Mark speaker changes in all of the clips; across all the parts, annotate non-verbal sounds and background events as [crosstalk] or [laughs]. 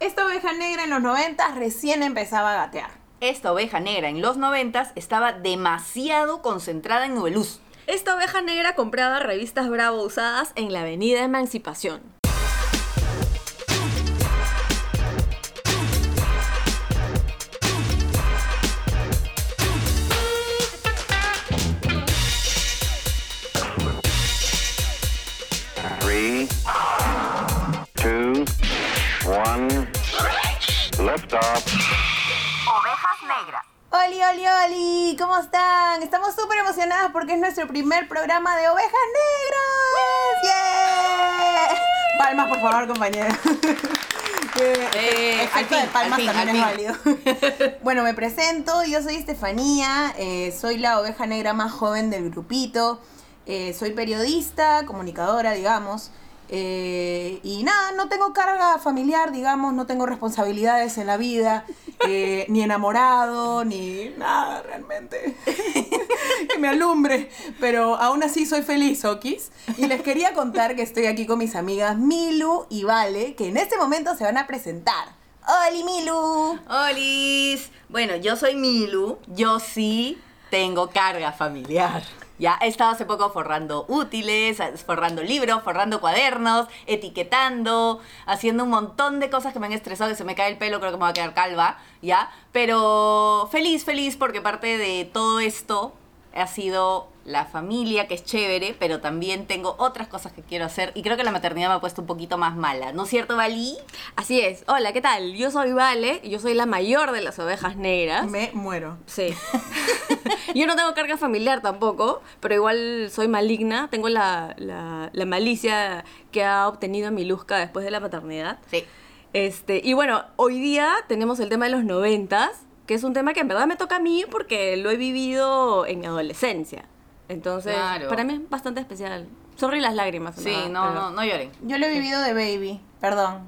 Speaker 1: Esta oveja negra en los 90 recién empezaba a gatear.
Speaker 2: Esta oveja negra en los noventas estaba demasiado concentrada en Nubeluz.
Speaker 3: Esta oveja negra compraba revistas Bravo usadas en la Avenida Emancipación.
Speaker 4: Three, two, one, lift off.
Speaker 2: Ovejas negras.
Speaker 1: Oli, Oli, Oli, ¿cómo están? Estamos súper emocionadas porque es nuestro primer programa de ovejas negras. ¡Yeah! Palmas, por favor, compañeros.
Speaker 2: [laughs] Eh,
Speaker 1: [laughs] Eh,
Speaker 2: al fin,
Speaker 1: de palmas
Speaker 2: al fin,
Speaker 1: también
Speaker 2: al
Speaker 1: es
Speaker 2: [laughs]
Speaker 1: válido. bueno, me presento, yo soy Estefanía, eh, soy la oveja negra más joven del grupito, eh, soy periodista, comunicadora, digamos, eh, y nada, no tengo carga familiar, digamos, no tengo responsabilidades en la vida, eh, ni enamorado, ni nada realmente que me alumbre, pero aún así soy feliz, Okis. Y les quería contar que estoy aquí con mis amigas Milu y Vale, que en este momento se van a presentar. ¡Holi, Milu!
Speaker 2: Olis. Bueno, yo soy Milu. Yo sí tengo carga familiar. Ya he estado hace poco forrando útiles, forrando libros, forrando cuadernos, etiquetando, haciendo un montón de cosas que me han estresado, que se me cae el pelo, creo que me va a quedar calva, ¿ya? Pero feliz, feliz, porque parte de todo esto ha sido la familia, que es chévere, pero también tengo otras cosas que quiero hacer y creo que la maternidad me ha puesto un poquito más mala, ¿no es cierto, Valí?
Speaker 3: Así es. Hola, ¿qué tal? Yo soy Vale, y yo soy la mayor de las ovejas negras.
Speaker 1: Me muero.
Speaker 3: Sí. [laughs] Yo no tengo carga familiar tampoco, pero igual soy maligna. Tengo la, la- la malicia que ha obtenido mi luzca después de la paternidad.
Speaker 2: Sí.
Speaker 3: Este, y bueno, hoy día tenemos el tema de los noventas, que es un tema que en verdad me toca a mí porque lo he vivido en mi adolescencia. Entonces,
Speaker 2: Claro.
Speaker 3: para mí es bastante especial. Sorry las lágrimas. en
Speaker 2: Sí,
Speaker 3: verdad,
Speaker 2: no,
Speaker 3: pero-
Speaker 2: no, no
Speaker 3: [laughs]
Speaker 2: lloren.
Speaker 1: Yo lo he vivido de baby, perdón.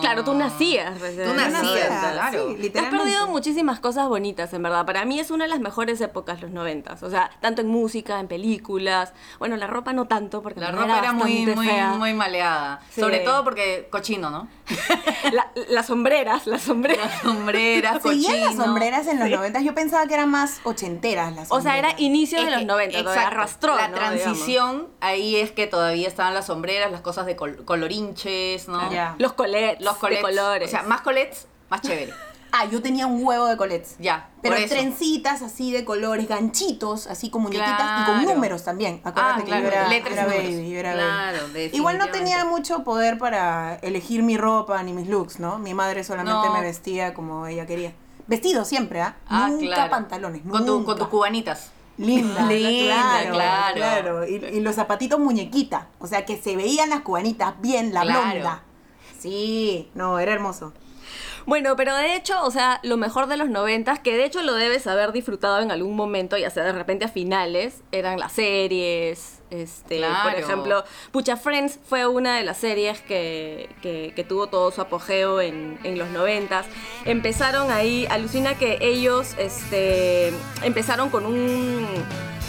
Speaker 3: Claro, tú nacías. recién.
Speaker 2: Ah, Tú
Speaker 1: Yo nací,
Speaker 2: nacías,
Speaker 1: o sea,
Speaker 2: claro.
Speaker 1: sí,
Speaker 3: Te has
Speaker 1: literalmente.
Speaker 3: perdido muchísimas cosas bonitas, en verdad. Para mí es una de las mejores épocas, los noventas. O sea, tanto en música, en películas. Bueno, la ropa no tanto, porque
Speaker 2: La
Speaker 3: en
Speaker 2: ropa
Speaker 3: verdad
Speaker 2: era muy,
Speaker 3: bastante
Speaker 2: muy,
Speaker 3: fea.
Speaker 2: muy maleada.
Speaker 3: Sí.
Speaker 2: Sobre todo porque cochino, ¿no?
Speaker 3: La- las sombreras, las sombreras.
Speaker 2: Las
Speaker 3: [laughs]
Speaker 2: sombreras, cochino.
Speaker 1: ¿Seguían las sombreras en los noventas? Yo pensaba que eran más ochenteras las
Speaker 3: [laughs] O sea, era
Speaker 1: sombreras.
Speaker 3: inicio
Speaker 2: Es
Speaker 3: de los
Speaker 2: que-
Speaker 3: 90, lo de
Speaker 2: exacto.
Speaker 3: arrastrón,
Speaker 2: La
Speaker 3: ¿no?
Speaker 2: transición, ahí es que todavía estaban las sombreras, las cosas de col- colorinches, ¿no?
Speaker 1: Ah, ya.
Speaker 3: digamos. Los colets,
Speaker 2: Los colets.
Speaker 3: de colores.
Speaker 2: O sea, más colets, más chévere.
Speaker 1: Ah, yo tenía un huevo de colets.
Speaker 2: Ya, por
Speaker 1: Pero
Speaker 2: eso.
Speaker 1: trencitas así de colores, ganchitos, así con muñequitas y
Speaker 2: Claro.
Speaker 1: con números también.
Speaker 2: Ah,
Speaker 1: Acuérdate que
Speaker 2: claro,
Speaker 1: yo era,
Speaker 2: letras
Speaker 1: era
Speaker 2: y números.
Speaker 1: baby, yo era
Speaker 2: claro,
Speaker 1: baby. Igual no tenía
Speaker 2: definitivamente.
Speaker 1: mucho poder para elegir mi ropa ni mis looks, ¿no? Mi madre solamente
Speaker 2: No.
Speaker 1: me vestía como ella quería. Vestido siempre, ¿ah?
Speaker 2: Ah,
Speaker 1: nunca
Speaker 2: claro.
Speaker 1: pantalones, nunca.
Speaker 2: Con, tu- con tus cubanitas. [laughs]
Speaker 1: Linda,
Speaker 2: Linda,
Speaker 1: claro,
Speaker 2: claro.
Speaker 1: claro. Y, y los zapatitos muñequita, o sea que se veían las cubanitas bien, la
Speaker 2: Claro.
Speaker 1: blonda. Sí, no, era hermoso.
Speaker 3: Bueno, pero de hecho, o sea, lo mejor de los noventas, que de hecho lo debes haber disfrutado en algún momento, ya sea de repente a finales, eran las series, este,
Speaker 2: Claro.
Speaker 3: por ejemplo, Pucha Friends fue una de las series que, que- que tuvo todo su apogeo en, en los noventas. Empezaron ahí, alucina que ellos este, empezaron con un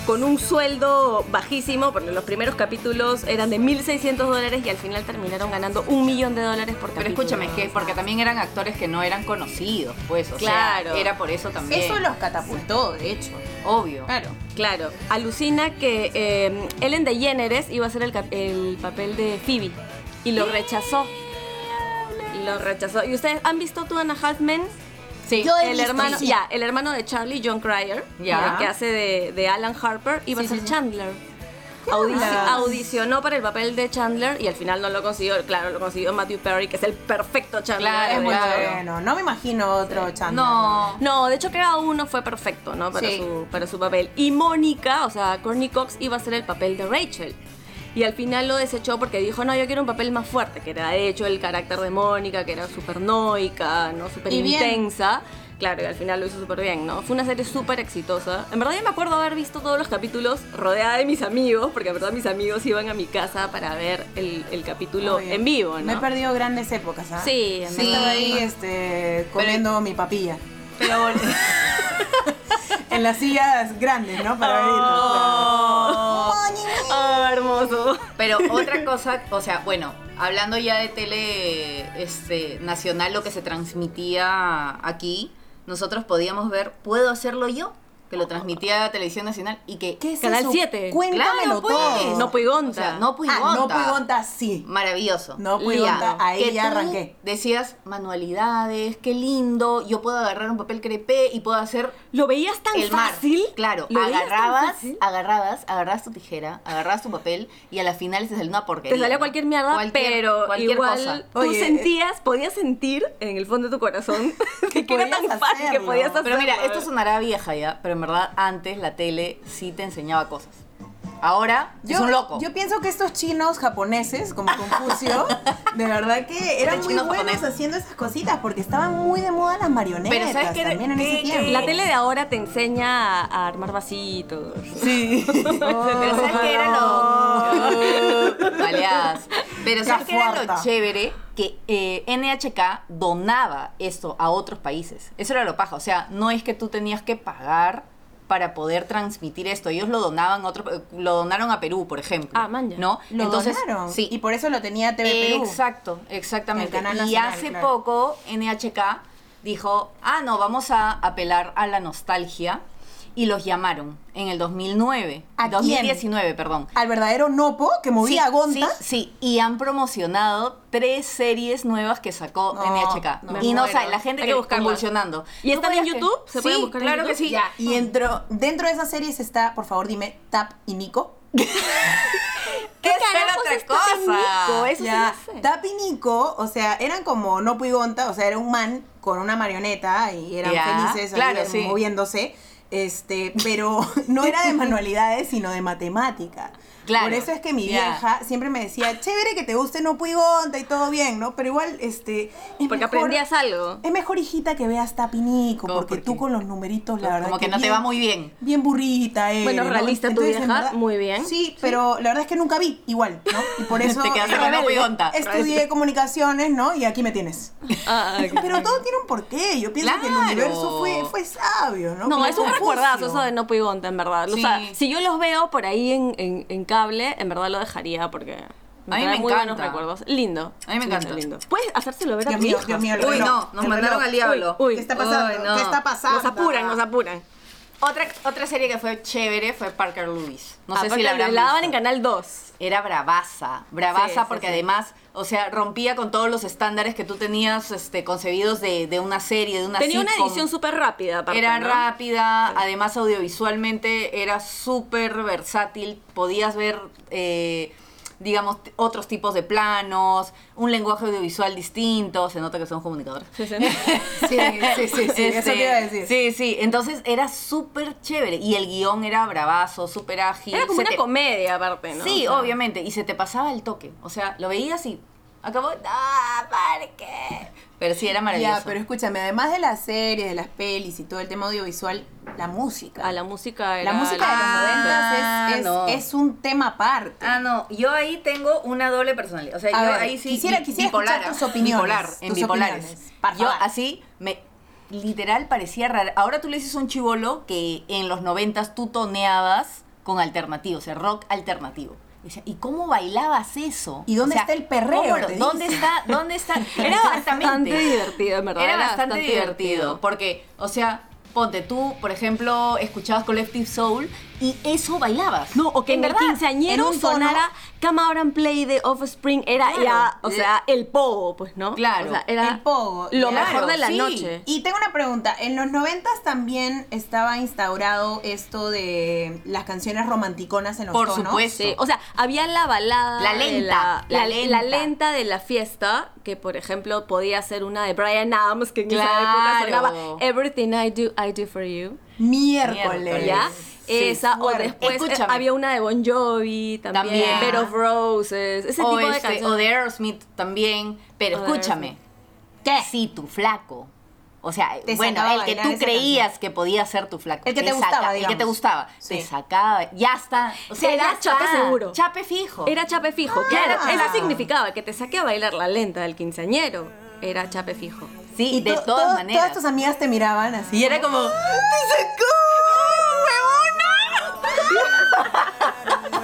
Speaker 3: con un sueldo bajísimo, porque los primeros capítulos eran de 1.600 dólares y al final terminaron ganando un millón de dólares por capítulo.
Speaker 2: Pero escúchame, que
Speaker 3: O
Speaker 2: porque
Speaker 3: sea,
Speaker 2: también eran actores que no eran conocidos, pues. O
Speaker 3: Claro.
Speaker 2: sea, era por eso también.
Speaker 1: Eso los catapultó, de hecho.
Speaker 2: Obvio.
Speaker 1: Claro.
Speaker 3: Claro, alucina que eh, Ellen DeGeneres iba a hacer el, cap- el papel de Phoebe y lo rechazó. Lo rechazó. ¿Y ustedes han visto tú Anna Halfman?
Speaker 2: Sí.
Speaker 1: Yo he
Speaker 3: El
Speaker 1: visto,
Speaker 3: hermano,
Speaker 1: sí.
Speaker 3: ya, el hermano de Charlie, John Cryer,
Speaker 2: Ya.
Speaker 3: que hace de, de Alan Harper, iba
Speaker 1: Sí,
Speaker 3: a ser
Speaker 1: sí, sí.
Speaker 3: Chandler. Audici-
Speaker 1: hablas?
Speaker 3: audicionó para el papel de Chandler y al final no lo consiguió. Claro, lo consiguió Matthew Perry, que es el perfecto Chandler.
Speaker 2: Claro,
Speaker 1: Ah,
Speaker 3: de
Speaker 1: Es muy
Speaker 2: claro.
Speaker 1: bueno. No me imagino otro Chandler.
Speaker 2: No.
Speaker 3: No, de hecho cada uno fue perfecto, ¿no? Para,
Speaker 2: Sí.
Speaker 3: su, para su papel. Y Mónica, o sea, Courtney Cox iba a ser el papel de Rachel. Y al final lo desechó porque dijo, no, yo quiero un papel más fuerte, que era de hecho el carácter de Mónica, que era súper noica, ¿no? Súper
Speaker 1: Y bien.
Speaker 3: intensa. Claro, y al final lo hizo súper bien, ¿no? Fue una serie súper exitosa. En verdad yo me acuerdo haber visto todos los capítulos rodeada de mis amigos, porque en verdad mis amigos iban a mi casa para ver el, el capítulo
Speaker 1: Oye,
Speaker 3: en vivo, ¿no?
Speaker 1: Me he perdido grandes épocas, ¿ah?
Speaker 3: Sí, en
Speaker 1: Yo
Speaker 2: Sí.
Speaker 1: Estaba ahí este, comiendo mi papilla.
Speaker 2: Pero
Speaker 1: En las sillas grandes, ¿no? Para ver.
Speaker 3: Oh, hermoso.
Speaker 2: Pero otra cosa, o sea, bueno, hablando ya de tele este, nacional, lo que se transmitía aquí, nosotros podíamos ver ¿Puedo hacerlo yo? que lo transmitía Televisión Nacional y que...
Speaker 1: ¿Qué es
Speaker 3: Canal
Speaker 1: eso?
Speaker 3: 7.
Speaker 1: Cuéntamelo
Speaker 2: Claro, pues.
Speaker 1: todo.
Speaker 3: No
Speaker 2: O
Speaker 3: Puigonta.
Speaker 2: sea, no
Speaker 1: Ah, no
Speaker 2: Puigonta.
Speaker 1: Puigonta, sí.
Speaker 2: Maravilloso.
Speaker 1: No
Speaker 3: pues,
Speaker 2: pude
Speaker 1: Puigonta, ahí ya arranqué.
Speaker 2: Decías manualidades, qué lindo, yo puedo agarrar un papel crepé y puedo hacer
Speaker 3: ¿Lo veías tan
Speaker 2: el mar.
Speaker 3: fácil?
Speaker 2: Claro,
Speaker 3: ¿Lo veías tan
Speaker 2: agarrabas,
Speaker 3: fácil?
Speaker 2: agarrabas, agarrabas tu tijera, agarrabas tu papel y a la final te salía una porquería.
Speaker 3: Te salía
Speaker 2: ¿no?
Speaker 3: cualquier mierda,
Speaker 2: Cualquier-
Speaker 3: pero
Speaker 2: cualquier
Speaker 3: igual
Speaker 2: cosa.
Speaker 3: tú
Speaker 1: Oye,
Speaker 3: sentías, podías sentir en el fondo de
Speaker 2: [laughs]
Speaker 3: tu corazón que, era tan
Speaker 1: podías
Speaker 3: fácil que
Speaker 1: hacerlo.
Speaker 3: podías hacerlo.
Speaker 2: Pero mira, esto sonará vieja ya, pero en verdad antes la tele sí te enseñaba cosas. Ahora es un loco.
Speaker 1: Yo pienso que estos chinos japoneses, como Confucio, de verdad que eran muy
Speaker 2: chino
Speaker 1: buenos
Speaker 2: japonés.
Speaker 1: haciendo esas cositas porque estaban muy de moda las marionetas
Speaker 2: Pero ¿sabes qué?
Speaker 1: también en ese
Speaker 2: ¿Qué- qué-
Speaker 1: tiempo.
Speaker 3: La tele de ahora te enseña a, a armar vasitos.
Speaker 1: Sí.
Speaker 2: [laughs]
Speaker 1: Oh.
Speaker 2: Pero sabes que era lo. Baleadas. Pero sabes que era lo
Speaker 1: fuerza.
Speaker 2: chévere que eh, NHK donaba esto a otros países. Eso era lo paja. O sea, no es que tú tenías que pagar para poder transmitir esto. Ellos lo donaban a otro, lo donaron a Perú, por ejemplo.
Speaker 3: Ah, man, ya.
Speaker 2: ¿No?
Speaker 1: Lo
Speaker 2: Entonces,
Speaker 1: donaron.
Speaker 2: Sí.
Speaker 1: Y por eso lo tenía TV Perú.
Speaker 2: Exacto, exactamente.
Speaker 1: El canal
Speaker 2: y
Speaker 1: nacional,
Speaker 2: hace
Speaker 1: claro.
Speaker 2: poco NHK dijo, ah, no, vamos a apelar a la nostalgia. Y los llamaron en el 2009.
Speaker 1: ¿A quién?
Speaker 2: 2019, perdón.
Speaker 1: Al verdadero Nopo, que movía
Speaker 2: sí,
Speaker 1: a Gonta.
Speaker 2: Sí, sí, y han promocionado tres series nuevas que sacó
Speaker 1: No,
Speaker 2: NHK.
Speaker 1: no.
Speaker 2: y no
Speaker 3: Me muero.
Speaker 2: sabe, la gente
Speaker 3: Hay
Speaker 2: que
Speaker 3: que buscarlas.
Speaker 2: convulsionando.
Speaker 3: ¿Y
Speaker 2: ¿Tú
Speaker 3: están en
Speaker 2: crees que-
Speaker 3: YouTube? ¿Se
Speaker 2: sí,
Speaker 3: pueden buscar en
Speaker 2: claro que
Speaker 3: YouTube?
Speaker 2: sí.
Speaker 3: Ya.
Speaker 1: Y entró, dentro de esas series está, por favor, dime, Tap y Nico.
Speaker 2: ¿Qué
Speaker 3: ¿Qué carajos
Speaker 2: otra
Speaker 3: está de Nico?
Speaker 2: cosa?
Speaker 3: Eso
Speaker 1: Ya,
Speaker 3: sí lo sé.
Speaker 1: Tap y Nico, o sea, eran como No Puigonta, o sea, era un man con una marioneta y eran
Speaker 2: Ya,
Speaker 1: felices ahí,
Speaker 2: claro,
Speaker 1: eh,
Speaker 2: sí.
Speaker 1: moviéndose. Este, pero [laughs] no era de manualidades, sino de matemática.
Speaker 2: Claro,
Speaker 1: Por eso es que mi
Speaker 2: ya.
Speaker 1: vieja siempre me decía, chévere que te guste No Puigonta y todo bien, ¿no? Pero igual, este. es
Speaker 3: Porque
Speaker 1: mejor-
Speaker 3: aprendías algo.
Speaker 1: Es mejor, hijita, que veas Tap y Nico,
Speaker 2: No,
Speaker 1: porque
Speaker 2: porque-
Speaker 1: tú con los numeritos, la verdad.
Speaker 2: Como que no te
Speaker 1: bien-
Speaker 2: va muy bien.
Speaker 1: Bien burrita, eh.
Speaker 3: Bueno, realista tu vieja, muy bien.
Speaker 1: Sí, pero la verdad es que nunca vi igual, ¿no? Y por eso
Speaker 2: [laughs] Te quedaste
Speaker 1: eh,
Speaker 2: con la
Speaker 1: rebelde.
Speaker 2: hueonta.
Speaker 1: estudié comunicaciones, ¿no? Y aquí me tienes.
Speaker 3: Ah, ok.
Speaker 1: Pero todo tiene un porqué. Yo pienso que el
Speaker 2: Claro.
Speaker 1: universo fue, fue sabio, ¿no?
Speaker 3: No,
Speaker 1: Como
Speaker 3: es un
Speaker 1: Confucio.
Speaker 3: recuerdazo eso de No Puigonta, en verdad. O
Speaker 2: Sí.
Speaker 3: sea, si yo los veo por ahí en, en- en cable, en verdad lo dejaría porque me
Speaker 2: A mí
Speaker 3: trae
Speaker 2: me
Speaker 3: muy buenos
Speaker 2: encanta.
Speaker 3: recuerdos. Lindo.
Speaker 2: A mí me
Speaker 3: Lindo,
Speaker 2: encanta.
Speaker 3: lindo. Puedes hacérselo ver a
Speaker 1: Dios
Speaker 3: tu
Speaker 1: mío,
Speaker 3: hija.
Speaker 1: Dios mío, el
Speaker 2: Uy,
Speaker 1: reloj,
Speaker 2: no, nos
Speaker 1: el
Speaker 2: mandaron
Speaker 1: reloj.
Speaker 2: al diablo.
Speaker 3: Uy,
Speaker 1: ¿Qué está pasando?
Speaker 2: Uy, no.
Speaker 1: ¿Qué está pasando?
Speaker 3: Nos apuran, nos apuran.
Speaker 2: Otra, otra serie que fue chévere fue Parker Lewis. No sé
Speaker 3: Aparte,
Speaker 2: si la
Speaker 3: lo
Speaker 2: habrán
Speaker 3: daban
Speaker 2: visto.
Speaker 3: en Canal 2.
Speaker 2: Era bravaza, bravaza
Speaker 3: Sí, sí,
Speaker 2: porque
Speaker 3: sí.
Speaker 2: además, o sea, rompía con todos los estándares que tú tenías este, concebidos de, de una serie, de una
Speaker 3: Tenía una
Speaker 2: sitcom.
Speaker 3: edición súper rápida. aparte,
Speaker 2: Era
Speaker 3: ¿no?
Speaker 2: rápida, además audiovisualmente era súper versátil, podías ver, eh, digamos, t- otros tipos de planos, un lenguaje audiovisual distinto, se nota que son comunicadores.
Speaker 3: Sí, sí.
Speaker 1: Sí, sí, sí, sí, eso
Speaker 2: Este,
Speaker 1: te iba a decir.
Speaker 2: Sí, sí, entonces era súper chévere y el guión era bravazo, súper ágil.
Speaker 3: Era
Speaker 2: [laughs]
Speaker 3: como
Speaker 2: se
Speaker 3: una
Speaker 2: te-
Speaker 3: comedia, aparte, ¿no?
Speaker 2: Sí,
Speaker 3: O sea,
Speaker 2: obviamente, y se te pasaba el toque, o sea, lo veías y acabó, ¡ah, parque! Pero sí, era maravilloso.
Speaker 1: Ya, pero escúchame, además de las series, de las pelis y todo el tema audiovisual, la música.
Speaker 3: A Ah, la música era.
Speaker 1: La música de los
Speaker 2: Ah,
Speaker 1: noventas es, es-
Speaker 2: no.
Speaker 1: es un tema aparte.
Speaker 2: Ah, no, yo ahí tengo una doble personalidad. O sea,
Speaker 1: A
Speaker 2: yo
Speaker 1: ver,
Speaker 2: ahí sí.
Speaker 1: quisiera-
Speaker 2: bi-
Speaker 1: quisiera escuchar tus
Speaker 2: ¿ah?
Speaker 1: opiniones,
Speaker 2: Bipolar, en
Speaker 1: tus
Speaker 2: bipolares.
Speaker 1: opiniones, por
Speaker 2: Yo
Speaker 1: favor.
Speaker 2: así me. Literal parecía raro. Ahora tú le dices a un chivolo que en los noventas tú toneabas con alternativo, o sea, rock alternativo. Y decía, ¿Y cómo bailabas eso?
Speaker 1: ¿Y dónde
Speaker 2: O sea,
Speaker 1: está el perreo?
Speaker 2: ¿cómo lo-
Speaker 1: Te
Speaker 2: ¿Dónde
Speaker 1: dice.
Speaker 2: está? ¿Dónde está?
Speaker 1: [laughs]
Speaker 2: Era
Speaker 3: bastante
Speaker 2: exactamente.
Speaker 3: divertido, en verdad.
Speaker 2: Era bastante, divertido, Porque, o sea, ponte tú, por ejemplo, escuchabas Collective Soul y eso bailabas.
Speaker 3: No, o que
Speaker 2: En
Speaker 3: en,
Speaker 2: verdad,
Speaker 3: el quinceañero
Speaker 1: en un tono-
Speaker 3: sonara Come Out and Play de Offspring era
Speaker 2: Claro.
Speaker 3: ya, o
Speaker 2: Le-
Speaker 3: sea, el pogo, pues, ¿no?
Speaker 2: Claro.
Speaker 3: O sea, era
Speaker 1: El pogo,
Speaker 3: Lo
Speaker 1: claro,
Speaker 3: mejor de la
Speaker 2: sí.
Speaker 3: noche.
Speaker 1: Y tengo una pregunta, en los noventas también estaba instaurado esto de las canciones romanticonas en los
Speaker 2: Por
Speaker 1: tonos.
Speaker 2: supuesto.
Speaker 3: Sí, o sea, había la balada.
Speaker 2: La
Speaker 3: de
Speaker 2: lenta, la lenta.
Speaker 3: la lenta de la fiesta, que por ejemplo podía ser una de Brian Adams, que en esa época
Speaker 2: Claro.
Speaker 3: sonaba Everything I Do, I Do For You.
Speaker 1: Miércoles.
Speaker 3: ¿Ya?
Speaker 2: Sí,
Speaker 3: esa,
Speaker 1: fuerte.
Speaker 3: o después eh,
Speaker 2: Escúchame.
Speaker 3: había una de Bon Jovi también,
Speaker 2: También.
Speaker 3: Bed of Roses, ese
Speaker 2: o,
Speaker 3: tipo de
Speaker 2: este,
Speaker 3: canciones.
Speaker 2: o de Aerosmith también. Pero
Speaker 3: O de
Speaker 2: escúchame. ¿Qué? Si tu flaco. O sea,
Speaker 1: Te
Speaker 2: bueno,
Speaker 1: sacaba a
Speaker 2: el que
Speaker 1: bailar
Speaker 2: tú
Speaker 1: esa
Speaker 2: creías que podía ser tu flaco.
Speaker 1: El que te gustaba,
Speaker 2: El que te
Speaker 1: digamos.
Speaker 2: gustaba.
Speaker 1: Sí.
Speaker 2: Te sacaba. Ya está. O sea,
Speaker 3: Era
Speaker 2: ya
Speaker 3: chape
Speaker 2: está.
Speaker 3: seguro.
Speaker 2: Chape fijo.
Speaker 3: Era chape fijo,
Speaker 2: Ah.
Speaker 3: claro.
Speaker 1: claro.
Speaker 3: Eso significaba que te saqué a bailar la lenta del quinceañero. Era chape fijo.
Speaker 2: Sí,
Speaker 1: Y
Speaker 2: de
Speaker 1: to-
Speaker 2: todas
Speaker 1: to-
Speaker 2: maneras.
Speaker 1: Todas tus amigas te miraban así.
Speaker 2: [laughs] Y era como.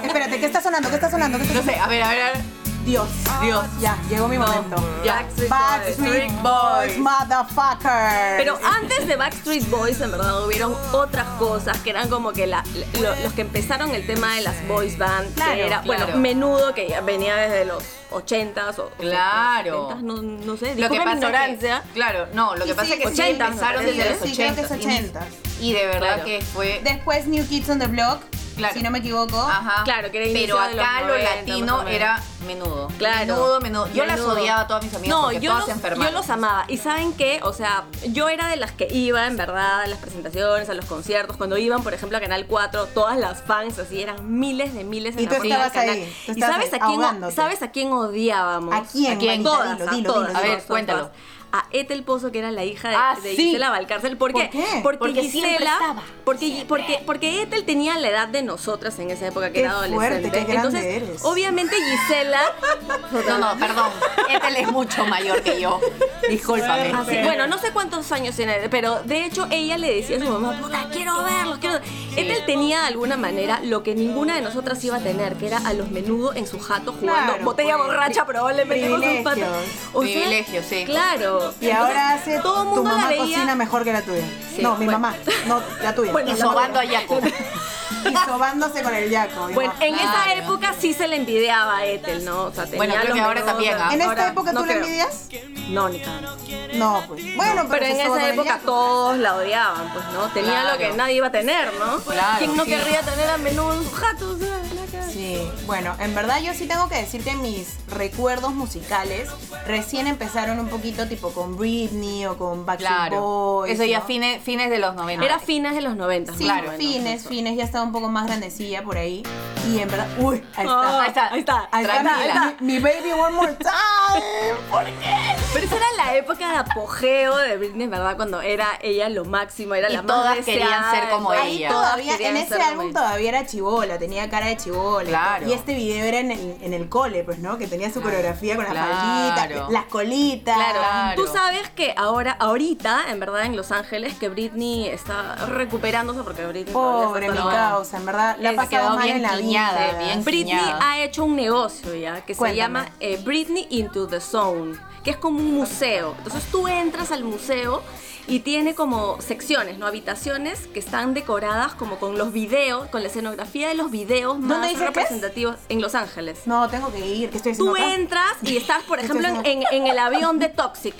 Speaker 1: Espérate, ¿qué está sonando? ¿Qué está sonando? ¿Qué está
Speaker 2: No sé, a ver, a ver, a ver.
Speaker 1: Dios.
Speaker 2: Dios.
Speaker 1: Ya, llegó mi momento.
Speaker 2: Ya.
Speaker 1: Backstreet Boys, motherfucker.
Speaker 3: Pero ah, antes de Backstreet Boys, en verdad, hubieron otras cosas que eran como que la- lo- los que empezaron el tema de las boys band,
Speaker 1: Claro,
Speaker 3: que era,
Speaker 2: claro.
Speaker 3: bueno, menudo que ya venía desde los 80s o, o
Speaker 2: Claro.
Speaker 3: 70s, no, no sé,
Speaker 2: Lo que
Speaker 3: disculpen mi
Speaker 2: pasa
Speaker 3: ignorancia.
Speaker 2: es que, claro, no, lo que
Speaker 1: Y
Speaker 2: pasa
Speaker 1: sí,
Speaker 2: es que sí
Speaker 1: 80,
Speaker 2: empezaron
Speaker 1: me
Speaker 2: desde los
Speaker 1: parece.
Speaker 2: 80.
Speaker 1: Sí, creo que es 80.
Speaker 2: Y, de verdad
Speaker 3: Claro.
Speaker 2: que fue
Speaker 1: Después New Kids on the Block,
Speaker 2: Claro.
Speaker 1: si no me equivoco.
Speaker 2: Ajá.
Speaker 3: Claro, que era inicio
Speaker 2: Pero
Speaker 3: de los
Speaker 2: acá lo
Speaker 3: 90, más o
Speaker 2: latino
Speaker 3: menos.
Speaker 2: era menudo.
Speaker 3: Claro.
Speaker 2: Menudo, menudo. Yo las
Speaker 3: Menudo.
Speaker 2: odiaba a todas mis amigas
Speaker 3: No,
Speaker 2: porque
Speaker 3: yo
Speaker 2: todas
Speaker 3: los,
Speaker 2: se enfermaron.
Speaker 3: yo los amaba. ¿Y saben qué? O sea, yo era de las que iba, en verdad, a las presentaciones, a los conciertos. Cuando iban, por ejemplo, a Canal 4, todas las fans, así, eran miles de miles de
Speaker 1: Y tú
Speaker 3: fans del
Speaker 1: estabas
Speaker 3: canal.
Speaker 1: ahí, tú
Speaker 3: ¿Y
Speaker 1: estabas
Speaker 3: sabes
Speaker 1: ahí,
Speaker 3: a, quién, o-
Speaker 1: ahogándote.
Speaker 3: sabes a quién odiábamos?
Speaker 1: ¿A quién, Marita?
Speaker 3: Todas,
Speaker 1: Dilo,
Speaker 3: a
Speaker 1: dilo,
Speaker 3: todas.
Speaker 1: dilo,
Speaker 2: A ver,
Speaker 3: todas,
Speaker 2: cuéntalo.
Speaker 3: todas. A Ethel Pozo, que era la hija de,
Speaker 2: Ah,
Speaker 3: de
Speaker 2: sí.
Speaker 3: Gisela Valcárcel. ¿Por
Speaker 1: ¿Por
Speaker 3: qué?
Speaker 1: qué?
Speaker 3: Porque,
Speaker 2: Porque siempre estaba.
Speaker 3: Gisela. Porque, porque, porque Ethel tenía la edad de nosotras en esa época, que
Speaker 1: Qué
Speaker 3: era
Speaker 1: fuerte,
Speaker 3: adolescente.
Speaker 1: qué grande
Speaker 3: Entonces,
Speaker 1: eres.
Speaker 3: obviamente, Gisela.
Speaker 2: No, no, perdón. Ethel es mucho mayor que
Speaker 3: [laughs]
Speaker 2: yo. Discúlpame.
Speaker 3: Así, Ah, bueno, no sé cuántos años tiene, pero de hecho ella le decía a su mamá, puta, quiero verlos, quiero... Ethel tenía de alguna manera lo que ninguna de nosotras iba a tener, que era a los menudos en su jato jugando
Speaker 1: Claro,
Speaker 3: botella
Speaker 1: pues,
Speaker 3: borracha probablemente con sus patas.
Speaker 1: privilegios.
Speaker 2: Privilegios, sí.
Speaker 3: Claro.
Speaker 1: Y ahora
Speaker 3: Entonces,
Speaker 1: hace
Speaker 3: todo el mundo
Speaker 1: tu mamá
Speaker 3: la veía-
Speaker 1: cocina mejor que la tuya.
Speaker 3: Sí,
Speaker 1: no, mi
Speaker 3: bueno.
Speaker 1: mamá. No, la tuya.
Speaker 3: Bueno,
Speaker 2: Y
Speaker 1: y,
Speaker 3: la-
Speaker 2: sobando a Yaco.
Speaker 1: sobándose con el yaco. mi
Speaker 3: Bueno,
Speaker 1: mamá.
Speaker 3: en esa
Speaker 2: Claro.
Speaker 3: época sí se le envidiaba a Ethel, ¿no? O sea, tenía
Speaker 2: Bueno, creo
Speaker 3: los
Speaker 2: que ahora
Speaker 3: menudos,
Speaker 2: también, ¿ah?
Speaker 1: ¿En esta
Speaker 3: ahora-
Speaker 1: época
Speaker 3: no
Speaker 1: tú la
Speaker 3: creo.
Speaker 1: envidias?
Speaker 3: No, ni cagando.
Speaker 1: No, pues. Bueno, pero,
Speaker 3: Pero
Speaker 1: se
Speaker 3: en
Speaker 1: sobó con
Speaker 3: esa
Speaker 1: el
Speaker 3: época
Speaker 1: yaco.
Speaker 3: todos la odiaban, pues, ¿no? Tenía
Speaker 2: Claro.
Speaker 3: lo que nadie iba a tener, ¿no?
Speaker 2: Claro,
Speaker 3: ¿Quién no
Speaker 2: sí.
Speaker 3: querría tener a menudo un jato? O sea, la cara.
Speaker 1: Sí, bueno, en verdad yo sí tengo que decir que mis recuerdos musicales recién empezaron un poquito tipo con Britney o con Backstreet
Speaker 2: Claro.
Speaker 1: Boys.
Speaker 2: Eso ya
Speaker 1: ¿no?
Speaker 2: fines, fines de los 90.
Speaker 3: Era fines de los 90.
Speaker 1: Sí,
Speaker 2: claro.
Speaker 1: fines, fines, ya estaba un poco más grandecilla por ahí. Y en verdad, uy, ahí
Speaker 3: Ah,
Speaker 1: está.
Speaker 2: Ahí está.
Speaker 3: Ahí está.
Speaker 1: Ahí está, mi-
Speaker 2: tranquila.
Speaker 1: mi, mi baby one more time. ¿Por
Speaker 2: [laughs]
Speaker 1: qué?
Speaker 3: Pero esa era la época de apogeo de Britney, ¿verdad? Cuando era ella lo máximo, era
Speaker 2: Y
Speaker 3: la más
Speaker 2: todas querían
Speaker 3: deseada,
Speaker 2: ser como
Speaker 3: ¿verdad?
Speaker 1: Ahí
Speaker 2: ella.
Speaker 1: todavía,
Speaker 3: querían
Speaker 1: en ese
Speaker 3: ser como
Speaker 1: álbum
Speaker 3: ella.
Speaker 1: todavía era chivola, tenía cara de chivola.
Speaker 2: Claro.
Speaker 1: Y este video era en el, en el cole, pues, ¿no? Que tenía su coreografía con las
Speaker 2: Claro.
Speaker 1: falditas, las colitas.
Speaker 3: Claro.
Speaker 2: Claro.
Speaker 3: Tú sabes que ahora, ahorita, en verdad, en Los Ángeles, que Britney está recuperándose porque Britney todavía
Speaker 1: Pobre mi
Speaker 3: está toda-
Speaker 1: causa, en verdad, la ha
Speaker 2: Se
Speaker 1: pasado
Speaker 2: quedó
Speaker 1: mal
Speaker 2: bien
Speaker 1: en la
Speaker 2: tiñada,
Speaker 1: vida.
Speaker 2: bien
Speaker 3: Britney
Speaker 2: Enseñado.
Speaker 3: ha hecho un negocio ya que
Speaker 1: Cuéntame.
Speaker 3: se llama eh, Britney Into the Zone, que es como un museo. Entonces tú entras al museo y tiene como secciones, ¿no? Habitaciones que están decoradas como con los videos, con la escenografía de los videos
Speaker 1: ¿Dónde
Speaker 3: más
Speaker 1: dice que es?
Speaker 3: representativos en Los Ángeles.
Speaker 1: No, tengo que ir, que estoy haciendo
Speaker 3: Tú
Speaker 1: acá?
Speaker 3: entras y estás, por
Speaker 1: Esto
Speaker 3: ejemplo,
Speaker 1: es
Speaker 3: en, en- en el avión de Toxic.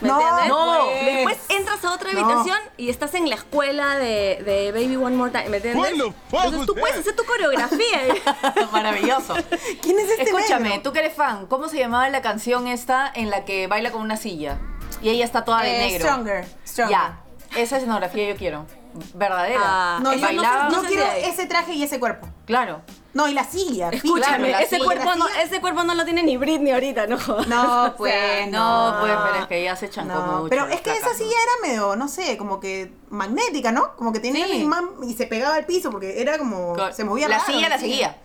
Speaker 3: ¿Me
Speaker 1: No,
Speaker 3: entiendes?
Speaker 1: No. pues.
Speaker 3: Después entras a otra
Speaker 1: No.
Speaker 3: habitación y estás en la escuela de, de Baby One More Time. ¿Me entiendes?
Speaker 5: What the fuck
Speaker 3: Entonces
Speaker 5: was
Speaker 3: tú puedes
Speaker 5: that?
Speaker 3: hacer tu coreografía. ¿eh?
Speaker 2: [laughs]
Speaker 3: [laughs]
Speaker 2: Maravilloso.
Speaker 1: ¿Quién es este
Speaker 2: Escúchame,
Speaker 1: negro?
Speaker 2: tú que eres fan, ¿cómo se llamaba la canción esta en la que baila con una silla? Y ella está toda de
Speaker 1: Eh,
Speaker 2: negro.
Speaker 1: Stronger, Stronger.
Speaker 2: Ya, esa escenografía yo quiero. Verdadera.
Speaker 3: Ah,
Speaker 1: No,
Speaker 2: Que
Speaker 1: yo no,
Speaker 2: bailaba-
Speaker 1: sé- no
Speaker 3: sé
Speaker 1: quiero
Speaker 3: si hay.
Speaker 1: ese traje y ese cuerpo.
Speaker 2: Claro.
Speaker 1: No, y la silla.
Speaker 3: Escúchame,
Speaker 2: Claro, la
Speaker 3: ese,
Speaker 2: silla.
Speaker 3: cuerpo no,
Speaker 2: eh.
Speaker 3: ese cuerpo no lo tiene ni Britney ahorita, ¿no?
Speaker 2: [laughs]
Speaker 1: No, pues,
Speaker 2: No,
Speaker 1: no.
Speaker 2: pues, pero es que ya se chancó
Speaker 1: No,
Speaker 2: mucho.
Speaker 1: pero es que
Speaker 2: flaca,
Speaker 1: esa silla era medio, no sé, como que magnética, ¿no? Como que tenía
Speaker 2: Sí.
Speaker 1: un imán y se pegaba al piso porque era como.
Speaker 2: Co-
Speaker 1: Se movía
Speaker 2: la
Speaker 1: raro,
Speaker 2: silla la seguía.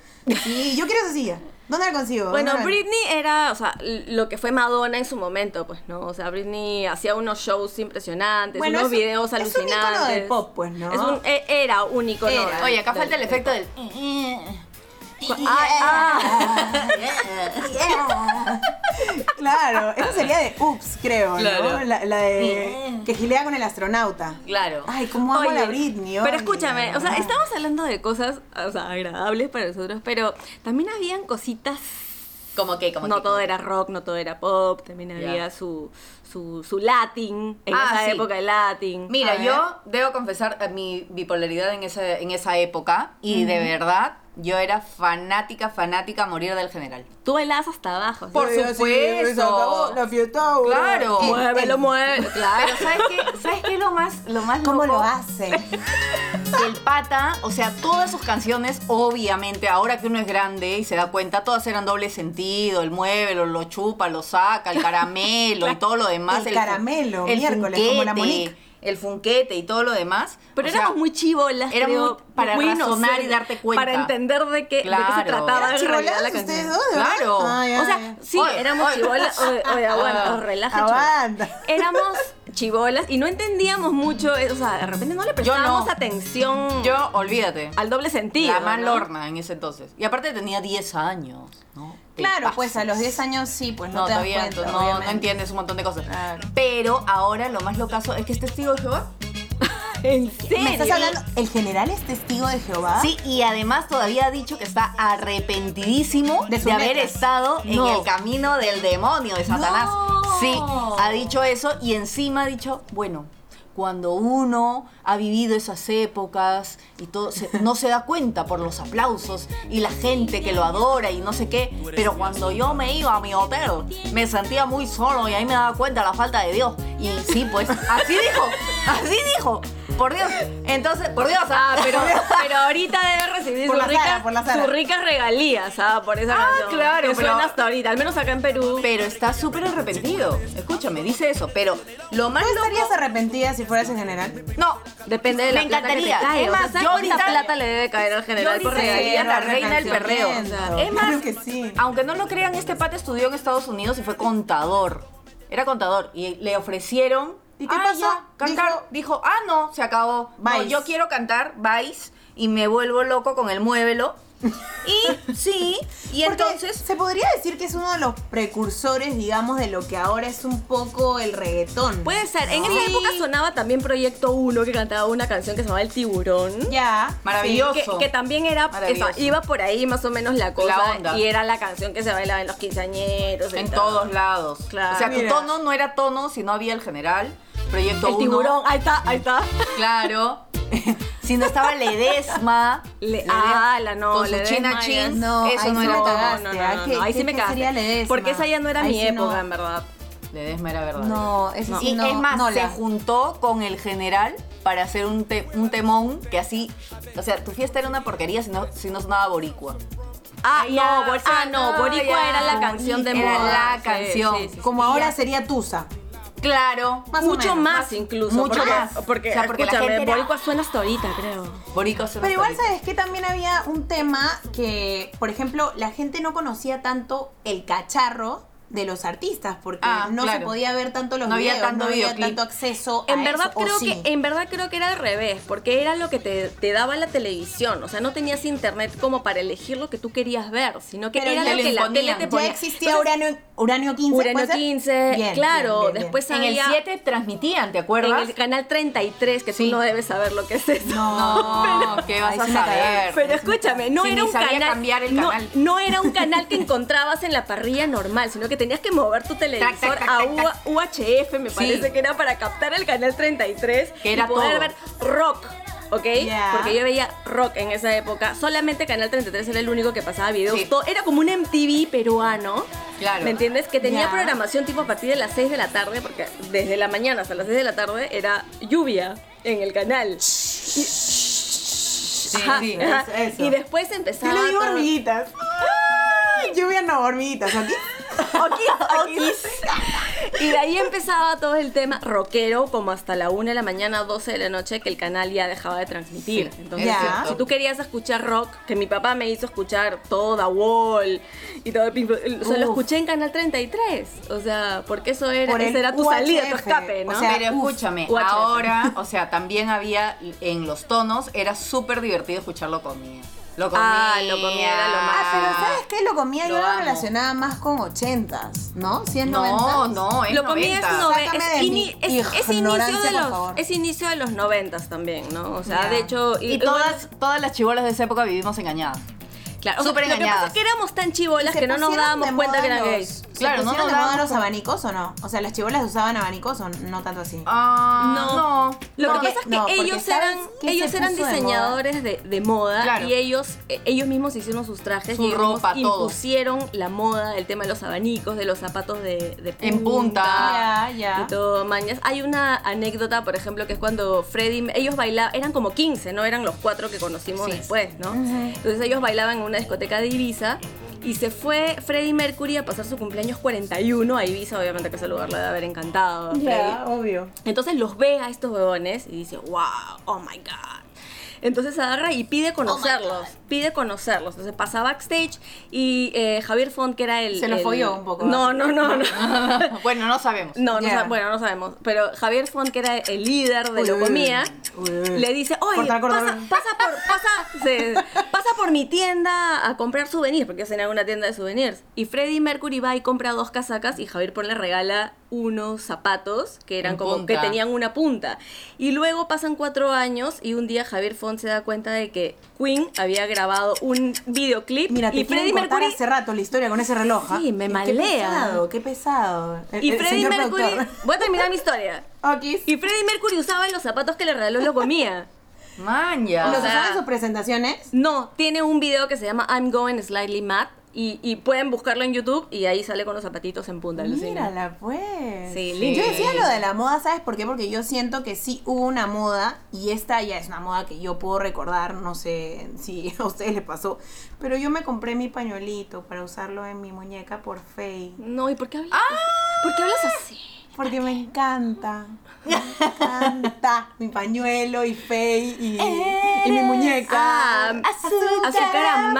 Speaker 1: Sí, yo quiero esa silla. ¿Dónde la consigo?
Speaker 3: [laughs] Bueno,
Speaker 1: ¿Dónde la-
Speaker 3: Britney era, o sea, lo que fue Madonna en su momento, pues, ¿no? O sea, Britney hacía unos shows impresionantes,
Speaker 1: Bueno,
Speaker 3: unos
Speaker 1: es un-
Speaker 3: videos
Speaker 1: es un ícono
Speaker 3: alucinantes.
Speaker 1: del pop, pues, ¿no?
Speaker 3: Es un- e- era un icono.
Speaker 1: Era.
Speaker 2: Oye, acá falta el efecto del. eh,
Speaker 3: Ah, ah.
Speaker 1: [laughs]
Speaker 2: eh,
Speaker 1: [laughs] Claro, esa sería de Ups, creo,
Speaker 2: Claro.
Speaker 1: ¿no? La, la de. Que gilea con el astronauta.
Speaker 2: Claro.
Speaker 1: Ay, cómo amo a
Speaker 3: Oye,
Speaker 1: la Britney.
Speaker 3: Pero
Speaker 1: oye.
Speaker 3: escúchame, o sea, estamos hablando de cosas o sea, agradables para nosotros, pero también habían cositas.
Speaker 2: Como que, como
Speaker 3: No
Speaker 2: que-
Speaker 3: todo era rock, no todo era pop, también había su, su, su latin, en
Speaker 2: Ah,
Speaker 3: esa
Speaker 2: sí.
Speaker 3: época el latin.
Speaker 2: Mira,
Speaker 1: A
Speaker 2: yo debo confesar eh, mi bipolaridad en esa, en esa época y de verdad yo era fanática, fanática a morir del general.
Speaker 3: Tú bailabas hasta abajo. ¿sí?
Speaker 2: Por
Speaker 1: Oye, sí, Se
Speaker 2: supuesto.
Speaker 1: acabó la fiesta. ahora.
Speaker 2: Claro.
Speaker 1: Eh,
Speaker 3: Muévelo,
Speaker 1: eh,
Speaker 3: muévelo. Claro.
Speaker 2: Pero ¿sabes qué? ¿Sabes qué es lo más, lo más
Speaker 1: ¿Cómo lo
Speaker 2: loco?
Speaker 1: hace?
Speaker 2: El pata, o sea, todas sus canciones, obviamente, ahora que uno es grande y se da cuenta, todas eran doble sentido, el muévelo, lo chupa, lo saca, el
Speaker 1: [laughs]
Speaker 2: caramelo y todo lo demás.
Speaker 1: El
Speaker 2: fu-
Speaker 1: caramelo, miércoles, como la Monique.
Speaker 2: El funquete y todo lo demás.
Speaker 3: Pero
Speaker 2: O sea,
Speaker 3: éramos muy chibolas,
Speaker 2: era
Speaker 3: creo,
Speaker 2: muy- para
Speaker 3: muy
Speaker 2: razonar y
Speaker 3: inocentes,
Speaker 2: darte cuenta.
Speaker 3: Para entender de qué, de qué se
Speaker 2: Claro.
Speaker 3: trataba
Speaker 2: ¿Eran
Speaker 3: en realidad la
Speaker 1: ¿Chivoladas
Speaker 3: canción.
Speaker 1: ustedes dos? de verdad?
Speaker 2: Claro.
Speaker 1: Ay, ay,
Speaker 3: O sea,
Speaker 1: ay.
Speaker 3: sí,
Speaker 2: Oye,
Speaker 3: éramos
Speaker 2: oye.
Speaker 3: chibolas. Oye, oye, aguanta,
Speaker 1: Ah,
Speaker 3: relaja, chibola.
Speaker 1: Aguanta.
Speaker 3: Éramos chibolas y no entendíamos mucho, eh, o sea, de repente no le prestábamos
Speaker 2: no.
Speaker 3: atención
Speaker 2: Yo, olvídate.
Speaker 3: al doble sentido.
Speaker 2: La más
Speaker 3: ¿no?
Speaker 2: lorna en ese entonces. Y aparte tenía 10 años, ¿no?
Speaker 1: Claro,
Speaker 2: paso.
Speaker 1: pues a los 10 años sí, pues no,
Speaker 2: No,
Speaker 1: te das
Speaker 2: todavía
Speaker 1: cuenta,
Speaker 2: no- no,
Speaker 1: obviamente.
Speaker 2: entiendes un montón de cosas.
Speaker 1: Claro.
Speaker 2: Pero ahora lo más locazo es que es testigo de Jehová. ¿En serio?
Speaker 1: ¿Me estás hablando? ¿El general es testigo de Jehová?
Speaker 2: Sí, y además todavía ha dicho que está arrepentidísimo
Speaker 1: De
Speaker 2: de,
Speaker 1: sus
Speaker 2: haber
Speaker 1: metas.
Speaker 2: estado
Speaker 3: No.
Speaker 2: en el camino del demonio de Satanás.
Speaker 3: No.
Speaker 2: Sí, ha dicho eso y encima ha dicho, bueno, cuando uno ha vivido esas épocas y todo, se- no se da cuenta por los aplausos y la gente que lo adora y no sé qué, pero cuando yo me iba a mi hotel, me sentía muy solo y ahí me daba cuenta la falta de Dios. Y sí, pues, así dijo, así dijo. Por Dios, entonces, por Dios,
Speaker 3: Ah, pero,
Speaker 2: por Dios.
Speaker 3: [laughs] pero ahorita debe recibir
Speaker 1: Por
Speaker 3: sus
Speaker 1: la Sara,
Speaker 3: ricas,
Speaker 1: por la Sara.
Speaker 3: sus ricas regalías, ah, por esa
Speaker 2: Ah,
Speaker 3: canción.
Speaker 2: claro,
Speaker 3: que
Speaker 2: pero-
Speaker 3: suena hasta ahorita, al menos acá en Perú.
Speaker 2: Pero está súper arrepentido. Escúchame, dice eso. Pero lo más
Speaker 1: ¿Tú
Speaker 2: loco-
Speaker 1: estarías arrepentida si fueras en general?
Speaker 2: No.
Speaker 3: Depende de la
Speaker 2: Me
Speaker 3: plata que te
Speaker 2: encantaría.
Speaker 3: cae,
Speaker 2: Es
Speaker 3: o sea,
Speaker 2: más,
Speaker 3: ¿sabes
Speaker 2: yo
Speaker 3: cuánta
Speaker 2: ahorita-
Speaker 3: plata le debe caer al general
Speaker 2: Yo
Speaker 3: por
Speaker 2: ahorita
Speaker 3: regalías?
Speaker 2: sería la
Speaker 1: por
Speaker 2: reina del perreo.
Speaker 1: reconocimiento.
Speaker 2: Es más,
Speaker 1: Claro que sí.
Speaker 2: aunque no lo crean, este pata estudió en Estados Unidos y fue contador. Era contador. Y le ofrecieron.
Speaker 1: ¿Y qué
Speaker 2: "Ah,
Speaker 1: pasó?
Speaker 2: ya, cantar. Dijo, ah, no, se acabó. No,
Speaker 1: Vice.
Speaker 2: yo quiero cantar Vice y me vuelvo loco con el muévelo. Y sí, y
Speaker 1: Porque
Speaker 2: entonces.
Speaker 1: Se podría decir que es uno de los precursores, digamos, de lo que ahora es un poco el reggaetón.
Speaker 3: Puede ser. En esa
Speaker 1: Sí.
Speaker 3: época sonaba también Proyecto 1 que cantaba una canción que se llamaba El Tiburón.
Speaker 1: Ya.
Speaker 2: Maravilloso.
Speaker 3: Que, que también era,
Speaker 2: Maravilloso.
Speaker 3: esa- iba por ahí más o menos la cosa
Speaker 2: La onda.
Speaker 3: y era la canción que se bailaba en los quinceañeros. y
Speaker 2: En
Speaker 3: todo.
Speaker 2: todos lados.
Speaker 3: Claro.
Speaker 2: O sea,
Speaker 1: Mira.
Speaker 2: tu tono no era tono, sino había el general, proyecto
Speaker 3: El
Speaker 2: uno,
Speaker 3: tiburón, ahí está, ahí está.
Speaker 2: Claro. si no estaba Ledesma.
Speaker 3: Le- ah, la no,
Speaker 2: Con su
Speaker 3: Ledesma
Speaker 2: China
Speaker 3: ya-
Speaker 2: Chins,
Speaker 1: no,
Speaker 2: eso
Speaker 1: ahí
Speaker 2: no
Speaker 1: sí
Speaker 2: era
Speaker 1: me
Speaker 2: tono.
Speaker 1: cagaste.
Speaker 3: No, no,
Speaker 1: ah,
Speaker 3: no,
Speaker 1: ¿qué-
Speaker 3: no, ahí sí
Speaker 1: qué-
Speaker 3: me
Speaker 1: qué
Speaker 3: cagaste.
Speaker 1: sería Ledesma?
Speaker 3: Porque esa ya no era
Speaker 1: Ahí
Speaker 3: mi
Speaker 1: sí no.
Speaker 3: época, en verdad.
Speaker 2: Ledesma era verdad.
Speaker 1: No, ese sí
Speaker 2: y
Speaker 1: no.
Speaker 2: es más,
Speaker 1: no
Speaker 2: se
Speaker 1: la-
Speaker 2: juntó con el general para hacer un, te- un temón que así. O sea, tu fiesta era una porquería si no, si no sonaba boricua.
Speaker 3: Ah,
Speaker 2: Ah,
Speaker 3: no,
Speaker 2: ya,
Speaker 3: Bor-
Speaker 2: ah,
Speaker 3: ah, no,
Speaker 2: no,
Speaker 3: Boricua
Speaker 2: ya.
Speaker 3: era la canción de
Speaker 2: Era
Speaker 3: moda.
Speaker 2: la
Speaker 3: Sí,
Speaker 2: canción.
Speaker 3: sí, sí, sí.
Speaker 1: Como ahora sería Tusa.
Speaker 2: Claro.
Speaker 1: Más o
Speaker 3: mucho
Speaker 1: menos.
Speaker 3: más incluso.
Speaker 2: Mucho
Speaker 3: porque,
Speaker 2: más.
Speaker 3: Porque,
Speaker 2: O sea, porque la
Speaker 3: escúchame,
Speaker 2: gente era-
Speaker 3: Boricua suena hasta ahorita, creo.
Speaker 2: Boricua se
Speaker 1: Pero
Speaker 2: nos
Speaker 1: igual, ¿sabes que También había un tema que, por ejemplo, la gente no conocía tanto el cacharro de los artistas, porque
Speaker 2: Ah,
Speaker 1: no se
Speaker 2: claro.
Speaker 1: podía ver tanto los
Speaker 2: No había
Speaker 1: videos,
Speaker 2: tanto
Speaker 1: no había
Speaker 2: videoclip.
Speaker 1: tanto acceso
Speaker 3: En
Speaker 1: a
Speaker 3: verdad,
Speaker 1: eso, o
Speaker 3: creo
Speaker 1: sí.
Speaker 3: que, en verdad creo que era al revés, porque era lo que te, te daba la televisión. O sea, no tenías internet como para elegir lo que tú querías ver, sino que
Speaker 1: Pero
Speaker 3: era
Speaker 1: ya
Speaker 3: lo
Speaker 2: le
Speaker 3: que la
Speaker 2: imponían.
Speaker 3: tele te
Speaker 2: Ya
Speaker 3: ponía.
Speaker 1: ya existía
Speaker 3: Entonces,
Speaker 1: uranio, uranio 15. ¿puede
Speaker 3: Uranio
Speaker 1: ser?
Speaker 3: 15,
Speaker 1: Bien,
Speaker 3: claro,
Speaker 1: bien, bien, bien.
Speaker 3: después
Speaker 2: En el
Speaker 3: había-
Speaker 2: 7 transmitían, ¿te acuerdas?
Speaker 3: En el canal 33, que
Speaker 2: Sí.
Speaker 3: tú no debes saber lo que es eso.
Speaker 2: [laughs] No, ¿qué vas
Speaker 1: Ahí
Speaker 2: a
Speaker 1: sí me cagaste.
Speaker 2: saber?
Speaker 3: Pero escúchame, no
Speaker 2: Si
Speaker 3: era
Speaker 2: ni
Speaker 3: un
Speaker 2: sabía
Speaker 3: canal.
Speaker 2: cambiar el
Speaker 3: no,
Speaker 2: canal.
Speaker 3: no era un canal que encontrabas en la parrilla normal, sino que tenías que mover tu televisor
Speaker 2: tac, tac,
Speaker 3: a
Speaker 2: tac, tac.
Speaker 3: U- UHF, me
Speaker 2: Sí.
Speaker 3: parece que era para captar el canal 33
Speaker 2: Que era
Speaker 3: y poder
Speaker 2: todo.
Speaker 3: ver rock. ¿Ok?
Speaker 1: Ya.
Speaker 3: Porque yo veía rock en esa época. Solamente Canal 33 era el único que pasaba videos.
Speaker 2: Sí.
Speaker 3: Todo- Era como un MTV peruano.
Speaker 2: Claro.
Speaker 3: ¿Me entiendes? Que tenía
Speaker 1: Ya.
Speaker 3: programación tipo a partir de las 6 de la tarde, porque desde la mañana hasta las 6 de la tarde era lluvia en el canal.
Speaker 2: Sí,
Speaker 3: Ajá,
Speaker 2: sí.
Speaker 3: ajá.
Speaker 1: eso.
Speaker 3: Y después empezaba.
Speaker 1: Yo le digo
Speaker 3: todo-
Speaker 1: hormiguitas. Ay, Lluvia no, hormiguitas,
Speaker 2: [laughs]
Speaker 1: ¿ok?
Speaker 3: Y de ahí empezaba todo el tema rockero, como hasta la 1 de la mañana, 12 de la noche, que el canal ya dejaba de transmitir.
Speaker 2: Sí,
Speaker 3: Entonces,
Speaker 1: es
Speaker 3: si-
Speaker 1: cierto.
Speaker 3: si tú querías escuchar rock, que mi papá me hizo escuchar todo The Wall y todo Pink Floyd, o sea, lo
Speaker 1: Uf.
Speaker 3: escuché en Canal 33. O sea, porque eso era,
Speaker 1: Por el
Speaker 3: esa era tu
Speaker 1: UHF,
Speaker 3: salida, tu escape, ¿no?
Speaker 1: o sea,
Speaker 2: Pero
Speaker 1: uf,
Speaker 2: escúchame,
Speaker 3: UHF.
Speaker 2: ahora, o sea, también había en los tonos, era súper divertido escucharlo comía. Lo comía.
Speaker 3: Ah, lo comía, era lo más.
Speaker 1: Ah, pero ¿sabes qué? Lo comía
Speaker 2: Lo
Speaker 1: yo lo
Speaker 2: amo.
Speaker 1: relacionaba más con 80s, ¿no? Si es
Speaker 2: No,
Speaker 1: 90s.
Speaker 2: no, es
Speaker 3: lo comía es,
Speaker 2: 90.
Speaker 3: nove-
Speaker 1: Sácame
Speaker 3: es
Speaker 1: de
Speaker 3: ini-
Speaker 1: mi
Speaker 3: es- es inicio
Speaker 1: ignorancia,
Speaker 3: de
Speaker 1: por
Speaker 3: los
Speaker 1: favor.
Speaker 3: es inicio de los noventas también, ¿no? O sea,
Speaker 1: Ya.
Speaker 3: de hecho
Speaker 2: Y
Speaker 3: bueno,
Speaker 2: todas, todas las chibolas de esa época vivimos engañadas.
Speaker 3: Claro, o sea,
Speaker 2: Súper
Speaker 3: lo que pasa es
Speaker 2: engañadas.
Speaker 3: que éramos tan
Speaker 1: Y
Speaker 3: chivolas
Speaker 1: se
Speaker 3: que no nos
Speaker 1: pusieron
Speaker 3: dábamos
Speaker 1: de
Speaker 3: cuenta
Speaker 1: moda
Speaker 3: que eran
Speaker 1: los-
Speaker 3: gays.
Speaker 1: ¿se pusieron
Speaker 2: Claro, no nos
Speaker 1: de moda
Speaker 2: dábamos
Speaker 1: los abanicos o no? O sea, las chibolas usaban abanicos o no tanto así.
Speaker 2: Ah,
Speaker 3: No.
Speaker 2: no.
Speaker 3: Lo que
Speaker 1: Porque-
Speaker 3: pasa es que
Speaker 1: no, porque
Speaker 3: ellos
Speaker 1: ¿sabes
Speaker 3: eran
Speaker 1: qué se
Speaker 3: ellos eran
Speaker 1: puso de moda?
Speaker 3: diseñadores de, de moda
Speaker 2: Claro.
Speaker 3: y ellos eh, ellos mismos hicieron sus trajes
Speaker 2: Su
Speaker 3: y ellos
Speaker 2: ropa,
Speaker 3: mismos
Speaker 2: todo.
Speaker 3: impusieron la moda, el tema de los abanicos, de los zapatos de, de punta.
Speaker 2: En punta.
Speaker 1: Ya, ya.
Speaker 3: Y todo, mañas. Hay una anécdota, por ejemplo, que es cuando Freddy, ellos bailaban, eran como 15, ¿no? Eran los cuatro que conocimos
Speaker 2: Sí.
Speaker 3: después, ¿no? Entonces ellos bailaban en una discoteca de Ibiza y se fue Freddie Mercury a pasar su cumpleaños 41 a Ibiza, obviamente que ese lugar le debe haber encantado. a Freddie.
Speaker 1: obvio.
Speaker 3: Entonces los ve a estos huevones y dice, wow, oh my god. Entonces agarra y pide conocerlos. pide conocerlos. Entonces pasa backstage y eh, Javier Font, que era el...
Speaker 1: Se lo
Speaker 3: el-
Speaker 1: folló un poco.
Speaker 3: No, no,
Speaker 1: [laughs]
Speaker 3: no, no.
Speaker 2: Bueno, no [laughs] sabemos.
Speaker 3: No, no
Speaker 1: Ya.
Speaker 3: sa- bueno, no sabemos. Pero Javier Font, que era el líder de
Speaker 1: Uy,
Speaker 3: Locomía,
Speaker 1: uy, uy.
Speaker 3: le dice, oye,
Speaker 1: Cortar, cortar.
Speaker 3: Pasa, pasa por, pasa, se- pasa por mi tienda a comprar souvenirs, porque hacen alguna tienda de souvenirs. Y Freddie Mercury va y compra dos casacas y Javier Font le regala unos zapatos que eran
Speaker 2: En
Speaker 3: como
Speaker 2: punta.
Speaker 3: que tenían una punta. Y luego pasan cuatro años y un día Javier Font se da cuenta de que Queen había grabado un videoclip
Speaker 1: Mira, te
Speaker 3: y
Speaker 1: quieren
Speaker 3: Freddie
Speaker 1: cortar
Speaker 3: Mercury
Speaker 1: hace rato la historia con ese reloj. ¿ah?
Speaker 3: Sí, me
Speaker 1: Qué
Speaker 3: malea.
Speaker 1: pesado, Qué pesado, El-
Speaker 3: y
Speaker 1: el
Speaker 3: Freddie
Speaker 1: eh, señor [laughs]
Speaker 3: Mercury
Speaker 1: productor.
Speaker 3: voy a terminar mi historia
Speaker 1: Okis.
Speaker 3: Y Freddie Mercury usaba los zapatos que le regaló lo comía.
Speaker 2: Man,
Speaker 1: ¿Los
Speaker 2: ya.
Speaker 3: sea-
Speaker 1: usaban en sus presentaciones?
Speaker 3: No, tiene un video que se llama I'm Going Slightly Mad y, y pueden buscarlo en YouTube y ahí sale con los zapatitos en punta. alucina.
Speaker 1: Mírala, pues.
Speaker 3: Sí,
Speaker 1: Yo
Speaker 3: lindo.
Speaker 1: decía lo de la moda, ¿sabes por qué? Porque yo siento que sí hubo una moda y esta ya es una moda que yo puedo recordar, no sé si [laughs] a ustedes les pasó, pero yo me compré mi pañuelito para usarlo en mi muñeca por Fey,
Speaker 3: No, ¿y por qué hablas?
Speaker 1: Ah.
Speaker 3: ¿Por qué hablas así?
Speaker 1: porque me encanta. Me encanta mi pañuelo y Fey y, y mi muñeca.
Speaker 3: Ah, azúcar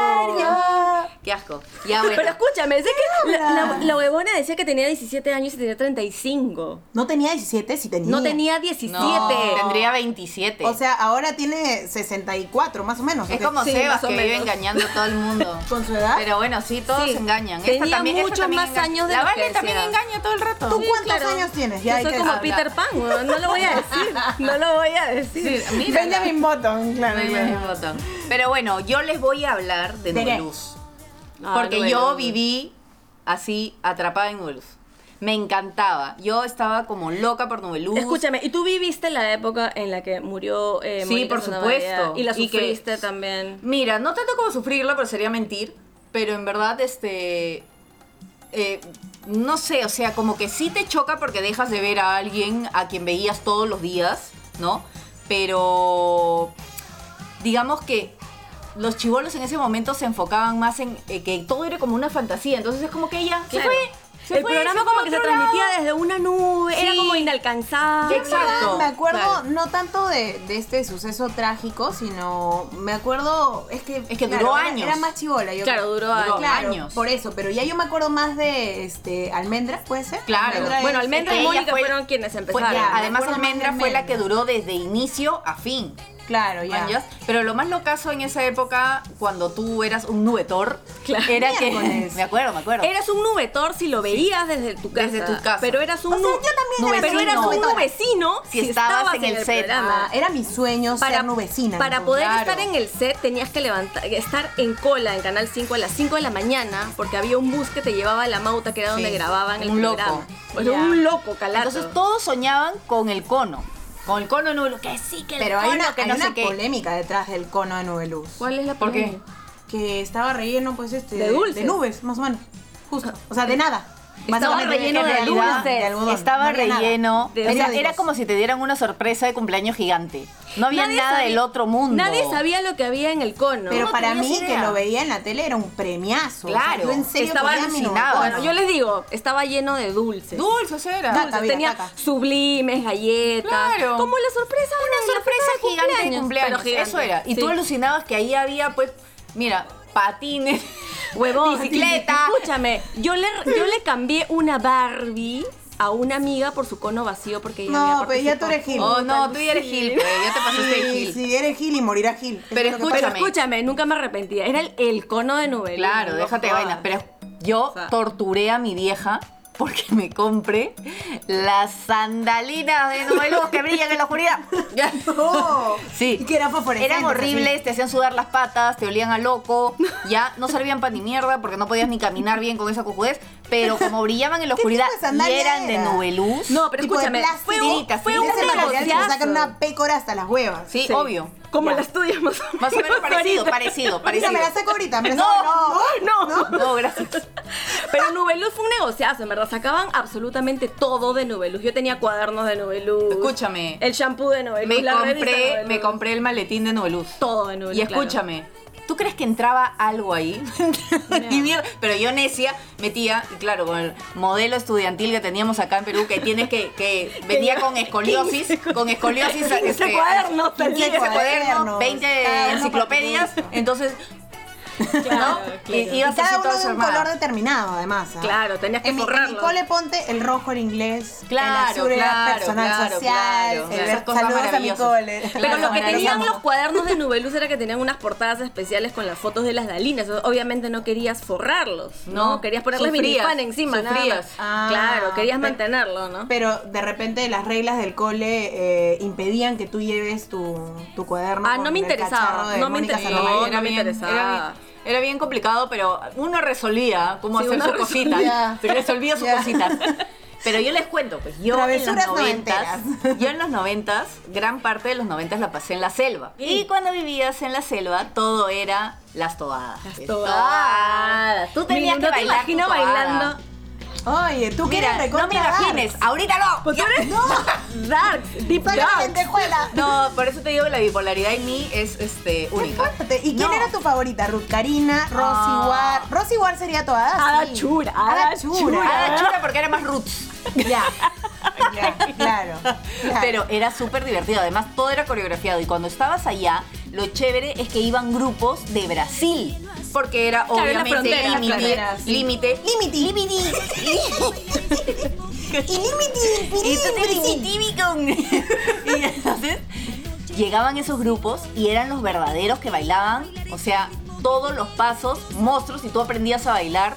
Speaker 3: amargo.
Speaker 2: Qué asco. Ya, Ah, bueno.
Speaker 3: Pero escúchame, sé que la, la- la huevona decía que tenía 17 años y tenía 35.
Speaker 1: No tenía 17, sí tenía.
Speaker 3: No tenía 17.
Speaker 2: No, tendría 27.
Speaker 1: O sea, ahora tiene 64 más o menos. ¿o
Speaker 2: es
Speaker 1: qué?
Speaker 2: como
Speaker 3: sí,
Speaker 2: Sebas
Speaker 3: más o
Speaker 2: que vive
Speaker 3: menos.
Speaker 2: engañando a todo el mundo.
Speaker 3: [laughs]
Speaker 1: con su edad.
Speaker 2: Pero bueno, sí, todos
Speaker 3: Sí.
Speaker 2: engañan. Esta
Speaker 3: Tenía
Speaker 2: también, esta
Speaker 3: muchos
Speaker 2: también
Speaker 3: más
Speaker 2: engaña.
Speaker 3: años de
Speaker 2: La
Speaker 3: lo que
Speaker 2: Vale también
Speaker 3: decía.
Speaker 2: engaña todo el rato.
Speaker 1: ¿Tú cuántos años tienes? Ya
Speaker 3: Yo
Speaker 1: hay
Speaker 3: soy
Speaker 1: que
Speaker 3: como
Speaker 1: hablar.
Speaker 3: Peter Pan, huevón, no lo voy a decir. No lo voy a decir.
Speaker 2: Mírala.
Speaker 1: Benjamin Button, claro.
Speaker 2: Benjamin Button. Pero bueno, yo les voy a hablar de
Speaker 1: ¿De qué?
Speaker 2: Nuevluz.
Speaker 3: Ah,
Speaker 2: Porque
Speaker 3: bueno,
Speaker 2: yo
Speaker 3: bueno.
Speaker 2: viví así, atrapada en Nuevluz. Me encantaba. Yo estaba como loca por Nuevluz.
Speaker 3: Escúchame, ¿y tú viviste la época en la que murió eh,
Speaker 2: Sí,
Speaker 3: Mónica
Speaker 2: por
Speaker 3: Santamaría?
Speaker 2: supuesto.
Speaker 3: Y la
Speaker 2: Y que-
Speaker 3: sufriste también.
Speaker 2: Mira, no tanto como sufrirlo, pero sería mentir. Pero en verdad, este. eh, no sé, o sea, como que sí te choca porque dejas de ver a alguien a quien veías todos los días, ¿no? Pero. Digamos que. Los chivolos en ese momento se enfocaban más en eh, que todo era como una fantasía. Entonces es como que ella se
Speaker 3: Claro.
Speaker 2: fue. se
Speaker 3: el
Speaker 2: fue,
Speaker 3: programa
Speaker 2: se
Speaker 3: como
Speaker 2: fue a
Speaker 3: que se
Speaker 2: otro lado.
Speaker 3: transmitía desde una nube, era
Speaker 2: Sí.
Speaker 3: como inalcanzable.
Speaker 2: Exacto.
Speaker 1: Me acuerdo
Speaker 3: Claro.
Speaker 1: no tanto de, de este suceso trágico, sino me acuerdo, es que,
Speaker 2: Es que duró
Speaker 1: era-
Speaker 2: años.
Speaker 1: Era más chivola. Yo
Speaker 3: Claro, duró años.
Speaker 1: Claro,
Speaker 2: años.
Speaker 1: Por eso, pero ya yo me acuerdo más de este almendra, ¿puede ser?
Speaker 2: Claro.
Speaker 1: Almendra
Speaker 3: Bueno,
Speaker 1: es-
Speaker 3: Almendra
Speaker 2: que
Speaker 3: y
Speaker 2: ella
Speaker 3: Mónica
Speaker 2: fue-
Speaker 3: fueron quienes
Speaker 2: Fue-
Speaker 3: empezaron.
Speaker 1: ya, me acuerdo
Speaker 2: además,
Speaker 1: más de
Speaker 2: Almendra fue la
Speaker 1: Almendra.
Speaker 2: que duró desde inicio a fin.
Speaker 1: Claro, ya.
Speaker 2: Manjas. Pero lo más locazo en esa época, cuando tú eras un nubetor,
Speaker 3: Claro.
Speaker 2: era que.
Speaker 1: Miércoles.
Speaker 2: [laughs] Me acuerdo, me acuerdo.
Speaker 3: Eras un nubetor si lo veías desde tu casa.
Speaker 2: Desde tu casa.
Speaker 3: Pero eras un
Speaker 1: O sea,
Speaker 3: nu-
Speaker 1: yo también era
Speaker 3: pero
Speaker 1: vecino.
Speaker 3: eras un
Speaker 1: nubetora.
Speaker 3: nubecino
Speaker 2: Si estabas en el set.
Speaker 3: programa.
Speaker 1: Ah, era mi sueño ser nubecina.
Speaker 3: Para
Speaker 1: entonces.
Speaker 3: poder
Speaker 2: Claro.
Speaker 3: estar en el set tenías que levantar, estar en cola en Canal 5 a las 5 de la mañana porque había un bus que te llevaba a la mauta que era donde
Speaker 2: Sí,
Speaker 3: grababan el
Speaker 2: un loco.
Speaker 3: programa. Era
Speaker 1: Ya.
Speaker 3: un loco, calato.
Speaker 2: Entonces todos soñaban con el cono. Con el cono de nubeluz. Que sí, que el
Speaker 1: Pero hay
Speaker 2: cono,
Speaker 1: una,
Speaker 2: que
Speaker 1: hay
Speaker 2: no sé
Speaker 1: una
Speaker 2: qué.
Speaker 1: polémica detrás del cono de nube luz.
Speaker 3: ¿Cuál es la
Speaker 2: ¿Por qué?
Speaker 3: polémica?
Speaker 1: que estaba relleno, pues, este...
Speaker 3: De dulces.
Speaker 1: nubes, más o menos. Justo. O sea, de nada.
Speaker 2: Estaba
Speaker 1: Básicamente,
Speaker 2: relleno
Speaker 1: en
Speaker 2: de
Speaker 1: realidad,
Speaker 2: algodón.
Speaker 1: de algodón. No
Speaker 2: Estaba
Speaker 1: había nada.
Speaker 2: relleno.
Speaker 3: De
Speaker 2: O sea, era
Speaker 1: periódicos.
Speaker 2: como si te dieran una sorpresa de cumpleaños gigante. No había
Speaker 3: Nadie
Speaker 2: nada
Speaker 3: sabía-
Speaker 2: del otro mundo.
Speaker 3: Nadie sabía lo que había en el cono.
Speaker 1: Pero
Speaker 2: no
Speaker 1: para
Speaker 2: tenías
Speaker 1: mí,
Speaker 2: idea.
Speaker 1: que lo veía en la tele, era un premiazo.
Speaker 2: Claro,
Speaker 1: O sea, yo en serio
Speaker 2: estaba
Speaker 1: podía mi
Speaker 2: alucinada.
Speaker 1: nubecona.
Speaker 3: Bueno, yo les digo, estaba lleno de dulces.
Speaker 2: Dulces era.
Speaker 1: Data,
Speaker 3: Dulces.
Speaker 1: vida,
Speaker 3: Tenía
Speaker 1: taca.
Speaker 3: sublimes, galletas.
Speaker 2: Claro.
Speaker 3: Como la sorpresa de
Speaker 2: una
Speaker 3: la
Speaker 2: sorpresa
Speaker 3: de
Speaker 2: gigante de cumpleaños.
Speaker 3: pero gigante.
Speaker 2: Eso era. Y
Speaker 3: Sí.
Speaker 2: tú alucinabas que ahí había, pues, mira, patines, [laughs]
Speaker 3: Huevón. [laughs]
Speaker 2: bicicleta.
Speaker 3: Escúchame, yo le, yo le cambié una Barbie a una amiga por su cono vacío porque ella
Speaker 1: No,
Speaker 3: había
Speaker 1: pero ya tú eres
Speaker 3: participado.
Speaker 2: Oh, no, tú ya eres Gil, pues, ya te pasaste
Speaker 1: Sí,
Speaker 2: de Gil.
Speaker 1: sí, eres Gil y morirá Gil.
Speaker 2: Pero
Speaker 1: Es lo que
Speaker 2: escucha-
Speaker 3: Pero
Speaker 1: pasa.
Speaker 2: Escúchame.
Speaker 3: escúchame, nunca me arrepentía. Era el, el cono de nube.
Speaker 2: Claro,
Speaker 1: ah.
Speaker 2: déjate de vainas. Pero yo
Speaker 3: O sea.
Speaker 2: torturé a mi vieja porque me compré las sandalinas de novelos que brillan en
Speaker 1: [laughs]
Speaker 2: la oscuridad.
Speaker 1: No.
Speaker 2: Sí.
Speaker 1: Oh. Y que eran fosforescentes.
Speaker 2: Eran horribles, te hacían sudar las patas, te olían a loco, ya no servían para ni mierda porque no podías ni caminar bien con esa cojudez, pero como brillaban en la
Speaker 1: [laughs] ¿Qué tipo de
Speaker 2: oscuridad y
Speaker 1: sandalia
Speaker 2: eran de
Speaker 1: era?
Speaker 2: nubeluz.
Speaker 3: No,
Speaker 1: así.
Speaker 3: pero
Speaker 1: Tipo de
Speaker 3: escúchame,
Speaker 1: plástico.
Speaker 3: fue un, fue un
Speaker 1: Ese material que te
Speaker 3: negociazo.
Speaker 1: sacan una pécora hasta las huevas.
Speaker 2: sí,
Speaker 3: Sí.
Speaker 2: obvio.
Speaker 3: Como
Speaker 2: Ya.
Speaker 3: las tuyas, más o menos.
Speaker 2: Más o menos parecido,
Speaker 3: ahorita. [laughs]
Speaker 2: parecido,
Speaker 1: Mira,
Speaker 2: parecido.
Speaker 1: me la saco ahorita. Me la
Speaker 2: No,
Speaker 1: saco, no.
Speaker 3: No,
Speaker 1: [laughs]
Speaker 2: No, gracias.
Speaker 3: Pero Nubeluz fue un negociazo, en verdad. Sacaban absolutamente todo de Nubeluz. Yo tenía cuadernos de Nubeluz.
Speaker 2: Escúchame.
Speaker 3: El shampoo de Nubeluz.
Speaker 2: Me
Speaker 3: la revista de
Speaker 2: compré,
Speaker 3: Nubeluz.
Speaker 2: me compré el maletín de Nubeluz.
Speaker 3: todo de Nubeluz.
Speaker 2: Y
Speaker 3: claro.
Speaker 2: escúchame, ¿Tú crees que entraba algo ahí? [laughs] Ni mierda. Pero yo necia metía, y claro, con el modelo estudiantil que teníamos acá en Perú, que tienes que, que
Speaker 1: [laughs]
Speaker 2: venía con escoliosis, con escoliosis,
Speaker 3: 15
Speaker 2: este,
Speaker 3: cuadernos,
Speaker 2: 15
Speaker 1: tenía.
Speaker 2: cuadernos,
Speaker 1: Cuadernos, cada uno
Speaker 2: 20 enciclopedias.
Speaker 1: para tu gusto. [laughs]
Speaker 2: Entonces, ¿no?
Speaker 3: Claro, claro.
Speaker 2: Y-
Speaker 1: Y
Speaker 2: Ibas así
Speaker 1: cada uno
Speaker 2: todo
Speaker 1: de un
Speaker 2: desarmado.
Speaker 1: color determinado, además. ¿ah?
Speaker 3: Claro, tenías que
Speaker 1: en mi, en mi
Speaker 3: forrarlo.
Speaker 1: cole ponte el rojo era inglés, el
Speaker 2: Claro,
Speaker 1: azul era
Speaker 2: claro,
Speaker 1: personal
Speaker 2: claro,
Speaker 1: social,
Speaker 2: claro.
Speaker 1: el-
Speaker 2: Esas cosas
Speaker 1: saludos a mi
Speaker 2: maravillosas.
Speaker 1: cole.
Speaker 3: Pero
Speaker 2: Claro,
Speaker 3: lo que
Speaker 2: ahora
Speaker 3: tenían
Speaker 2: los
Speaker 3: los cuadernos de Nubeluz era que tenían unas portadas especiales con las fotos de las Dalinas. Entonces, Obviamente no querías forrarlos, ¿no?
Speaker 2: No,
Speaker 3: querías ponerles
Speaker 2: sufrías,
Speaker 3: minifan encima, nada
Speaker 2: sufrías.
Speaker 3: más.
Speaker 1: Ah,
Speaker 3: claro, querías
Speaker 1: pe-
Speaker 3: mantenerlo, ¿no?
Speaker 1: Pero de repente las reglas del cole eh, impedían que tú lleves tu, tu cuaderno.
Speaker 3: Ah, no
Speaker 1: con
Speaker 3: me
Speaker 1: el
Speaker 3: interesaba,
Speaker 1: cacharro de
Speaker 3: no me
Speaker 1: Mónica
Speaker 3: interesaba.
Speaker 1: Cernovalla.
Speaker 3: No, no me interesaba.
Speaker 2: Era bien, era bien complicado, pero uno resolvía cómo
Speaker 3: Sí,
Speaker 2: hacer
Speaker 3: uno
Speaker 2: sus
Speaker 3: resolvía.
Speaker 2: cositas. Se resolvía sus
Speaker 1: Ya.
Speaker 2: cositas. Pero yo les cuento, pues yo
Speaker 1: Travesuras
Speaker 2: en los noventas,
Speaker 1: noventeras.
Speaker 2: yo en los noventas, gran parte de los noventas la pasé en la selva. Y cuando vivías en la selva, todo era las toadas.
Speaker 3: Las
Speaker 2: pues,
Speaker 3: toadas.
Speaker 2: Tú tenías
Speaker 3: Miren,
Speaker 2: que
Speaker 3: no te
Speaker 2: bailar tu
Speaker 3: imagino
Speaker 2: toada.
Speaker 3: bailando.
Speaker 1: Oye, tú quieres
Speaker 2: Mira, no me
Speaker 1: recontra dark.
Speaker 2: imagines, ahorita no.
Speaker 3: Porque
Speaker 2: Ya.
Speaker 3: eres darks, deep
Speaker 1: Soy la
Speaker 3: darks. [laughs]
Speaker 1: lentejuela.
Speaker 2: No, por eso te digo que la bipolaridad en mí es este única.
Speaker 1: Fuerte. ¿Y quién
Speaker 2: No.
Speaker 1: era tu favorita? Ruth Karina, Rosy
Speaker 2: Ah.
Speaker 1: War. Rosy War sería toda.
Speaker 3: Ada Chura, Ada Chura.
Speaker 2: Ah, la chura porque era más roots.
Speaker 3: [laughs]
Speaker 1: Ya. Ya, claro. claro.
Speaker 2: Pero era súper divertido, además todo era coreografiado y cuando estabas allá, lo chévere es que iban grupos de Brasil, porque era
Speaker 3: Claro, en la
Speaker 2: obviamente
Speaker 3: frontera,
Speaker 2: límite,
Speaker 1: claro. Sí.
Speaker 2: límite.
Speaker 1: Límite. Límite. Y límite.
Speaker 2: Y tú te
Speaker 1: pirín, pirín.
Speaker 2: limitibi con- [laughs] Y entonces llegaban esos grupos y eran los verdaderos que bailaban, o sea, todos los pasos, monstruos y tú aprendías a bailar,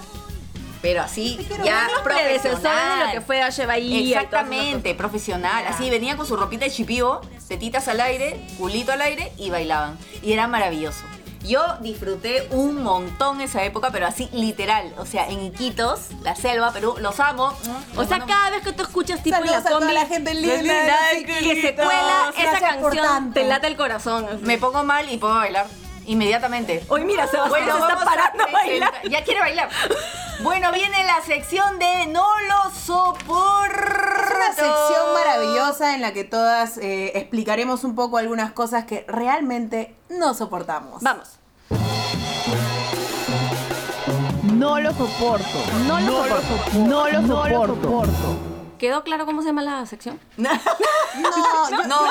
Speaker 2: pero así
Speaker 1: quiero
Speaker 2: ya
Speaker 1: ver
Speaker 3: Los predecesores de lo
Speaker 2: profesional.
Speaker 3: que fue Dalle Bahía. y todas esas
Speaker 2: Exactamente, profesional.
Speaker 3: Ya.
Speaker 2: Así venía con su ropita de chipivo, tetitas al aire, culito al aire y bailaban. Y era maravilloso. Yo disfruté un montón esa época, pero así literal. O sea, en Iquitos, la selva, Perú, los amo.
Speaker 3: cosas. Mm. O sea, cada vez que tú escuchas tipo en
Speaker 1: Saludos
Speaker 3: la
Speaker 1: a toda
Speaker 3: combi,
Speaker 1: la gente linda.
Speaker 2: linda,
Speaker 1: de los
Speaker 3: que se
Speaker 1: chiquitos.
Speaker 3: cuela esa
Speaker 1: Gracias por
Speaker 3: canción,
Speaker 1: tanto.
Speaker 3: te late el corazón.
Speaker 2: me pongo mal y puedo bailar inmediatamente.
Speaker 3: Hoy mira, Sebastián se está
Speaker 2: vamos a
Speaker 3: parando a bailar.
Speaker 2: presentar- Ya quiere bailar. Bueno, viene la sección de No lo soporto.
Speaker 1: Es una sección maravillosa en la que todas eh, explicaremos un poco algunas cosas que realmente no soportamos.
Speaker 3: Vamos.
Speaker 5: No lo soporto. No lo soporto. No lo soporto.
Speaker 3: ¿Quedó claro cómo se llama la sección?
Speaker 1: No, yo-
Speaker 2: No,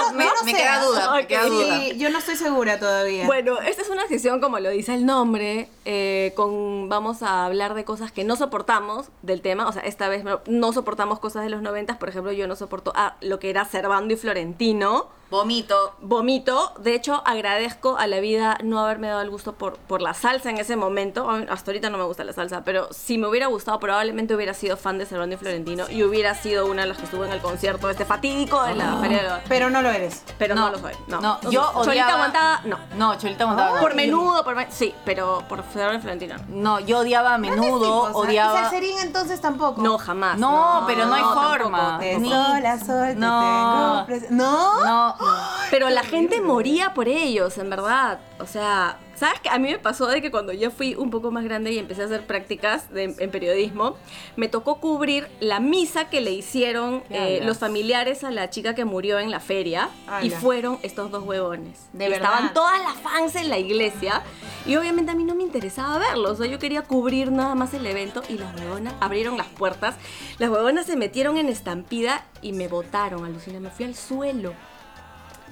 Speaker 1: yo
Speaker 2: me-
Speaker 1: yo no
Speaker 2: me
Speaker 1: sé,
Speaker 2: queda
Speaker 1: ¿ah?
Speaker 2: duda, me queda
Speaker 1: Sí,
Speaker 2: duda.
Speaker 1: yo no estoy segura todavía.
Speaker 3: Bueno, esta es una sección, como lo dice el nombre, eh, con vamos a hablar de cosas que no soportamos del tema. O sea, esta vez no- no soportamos cosas de los noventas. Por ejemplo, yo no soporto ah, lo que era Cervando y Florentino.
Speaker 2: [laughs] Vomito.
Speaker 3: Vomito. De hecho, agradezco a la vida no haberme dado el gusto por, por la salsa en ese momento. Ay, Hasta ahorita no me gusta la salsa, pero si me hubiera gustado, probablemente hubiera sido fan de Cervando y Florentino y hubiera sido una de las que estuvo en el concierto este fatídico de la Feria de Guadalupe.
Speaker 1: Pero no lo eres.
Speaker 3: Pero no, lo soy. No,
Speaker 2: Ah. no, yo
Speaker 3: Cholita
Speaker 2: odiaba-
Speaker 3: aguantaba, no.
Speaker 2: No, Cholita aguantaba. no.
Speaker 3: Por menudo, por. me- Sí, pero por Cervando y Florentino. no.
Speaker 2: No, yo odiaba a menudo,
Speaker 1: Tipos, ¿ah? ¿Y
Speaker 2: odiaba.
Speaker 1: Salserín entonces tampoco?
Speaker 3: No, jamás.
Speaker 2: No, pero no hay forma.
Speaker 1: De
Speaker 2: Ni-
Speaker 1: sol a sol te
Speaker 2: No.
Speaker 1: tengo pres- ¿No?
Speaker 2: No,
Speaker 3: [gasps] Pero la gente moría por ellos, en verdad. O sea, ¿sabes qué? A mí me pasó de que cuando yo fui un poco más grande y empecé a hacer prácticas de- en periodismo, me tocó cubrir la misa que le hicieron
Speaker 2: ¿Qué
Speaker 3: eh,
Speaker 2: hablas?
Speaker 3: los familiares a la chica que murió en la feria.
Speaker 1: Ala.
Speaker 3: Y fueron estos dos huevones.
Speaker 1: De
Speaker 3: Y
Speaker 1: verdad.
Speaker 3: Estaban todas las fans en la iglesia. Y obviamente a mí no me interesaba verlos. O sea, yo quería cubrir nada más el evento y las huevonas abrieron las puertas. Las huevonas se metieron en estampida y me botaron, alucina. Me fui al suelo.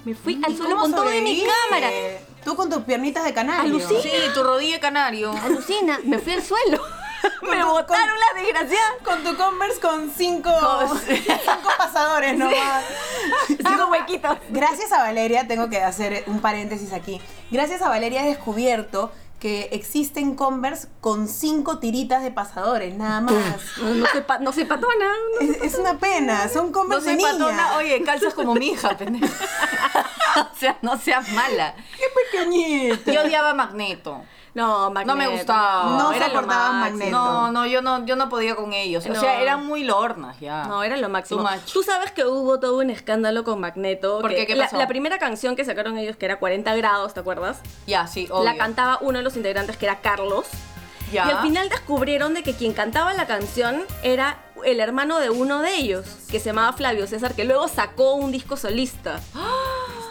Speaker 3: Me fui al
Speaker 2: Mm,
Speaker 1: ¿Y
Speaker 3: suelo
Speaker 1: cómo
Speaker 3: con todo de mi
Speaker 1: sobreviviste?
Speaker 3: cámara.
Speaker 1: Tú con tus piernitas de canario.
Speaker 3: Alucina.
Speaker 2: Sí, tu rodilla de canario.
Speaker 3: Alucina, me fui
Speaker 2: [laughs]
Speaker 3: al suelo.
Speaker 1: Con
Speaker 3: me
Speaker 1: tu-
Speaker 3: botaron
Speaker 1: con-
Speaker 3: las desgraciadas.
Speaker 1: Con tu Converse con cinco, [laughs] cinco pasadores nomás.
Speaker 3: Sigo huequitos.
Speaker 1: Gracias a Valeria, tengo que hacer un paréntesis aquí. Gracias a Valeria he descubierto que existen Converse con cinco tiritas de pasadores, nada más.
Speaker 3: No, no soy, pa- no soy patona. no.
Speaker 1: Es, es una pena, son
Speaker 2: No
Speaker 1: Converse
Speaker 2: soy
Speaker 1: de niña.
Speaker 2: patona, oye, calzas como mi hija, pendejo. [laughs] O sea, no seas mala.
Speaker 1: qué
Speaker 2: [laughs]
Speaker 1: pequeñita.
Speaker 2: Yo odiaba a Magneto.
Speaker 3: No,
Speaker 2: No me
Speaker 3: Magneto.
Speaker 2: gustaba.
Speaker 1: No
Speaker 3: era lo
Speaker 1: soportaba
Speaker 3: máximo.
Speaker 1: Magneto.
Speaker 2: No, no, yo no, yo no podía con ellos. O
Speaker 3: No.
Speaker 2: sea, eran muy lornas ya.
Speaker 3: No, era lo máximo.
Speaker 2: Too much.
Speaker 3: Tú sabes que hubo todo un escándalo con Magneto.
Speaker 2: ¿Por
Speaker 3: que
Speaker 2: qué? ¿Qué
Speaker 3: la,
Speaker 2: pasó?
Speaker 3: la primera canción que sacaron ellos, que era 40 grados, ¿te acuerdas?
Speaker 2: Ya, sí, obvio.
Speaker 3: La cantaba uno de los integrantes, que era Carlos.
Speaker 2: Ya.
Speaker 3: Y al final descubrieron de que quien cantaba la canción era el
Speaker 2: [gasps]
Speaker 3: hermano de uno de ellos, que se llamaba Flavio César, que luego sacó un disco solista.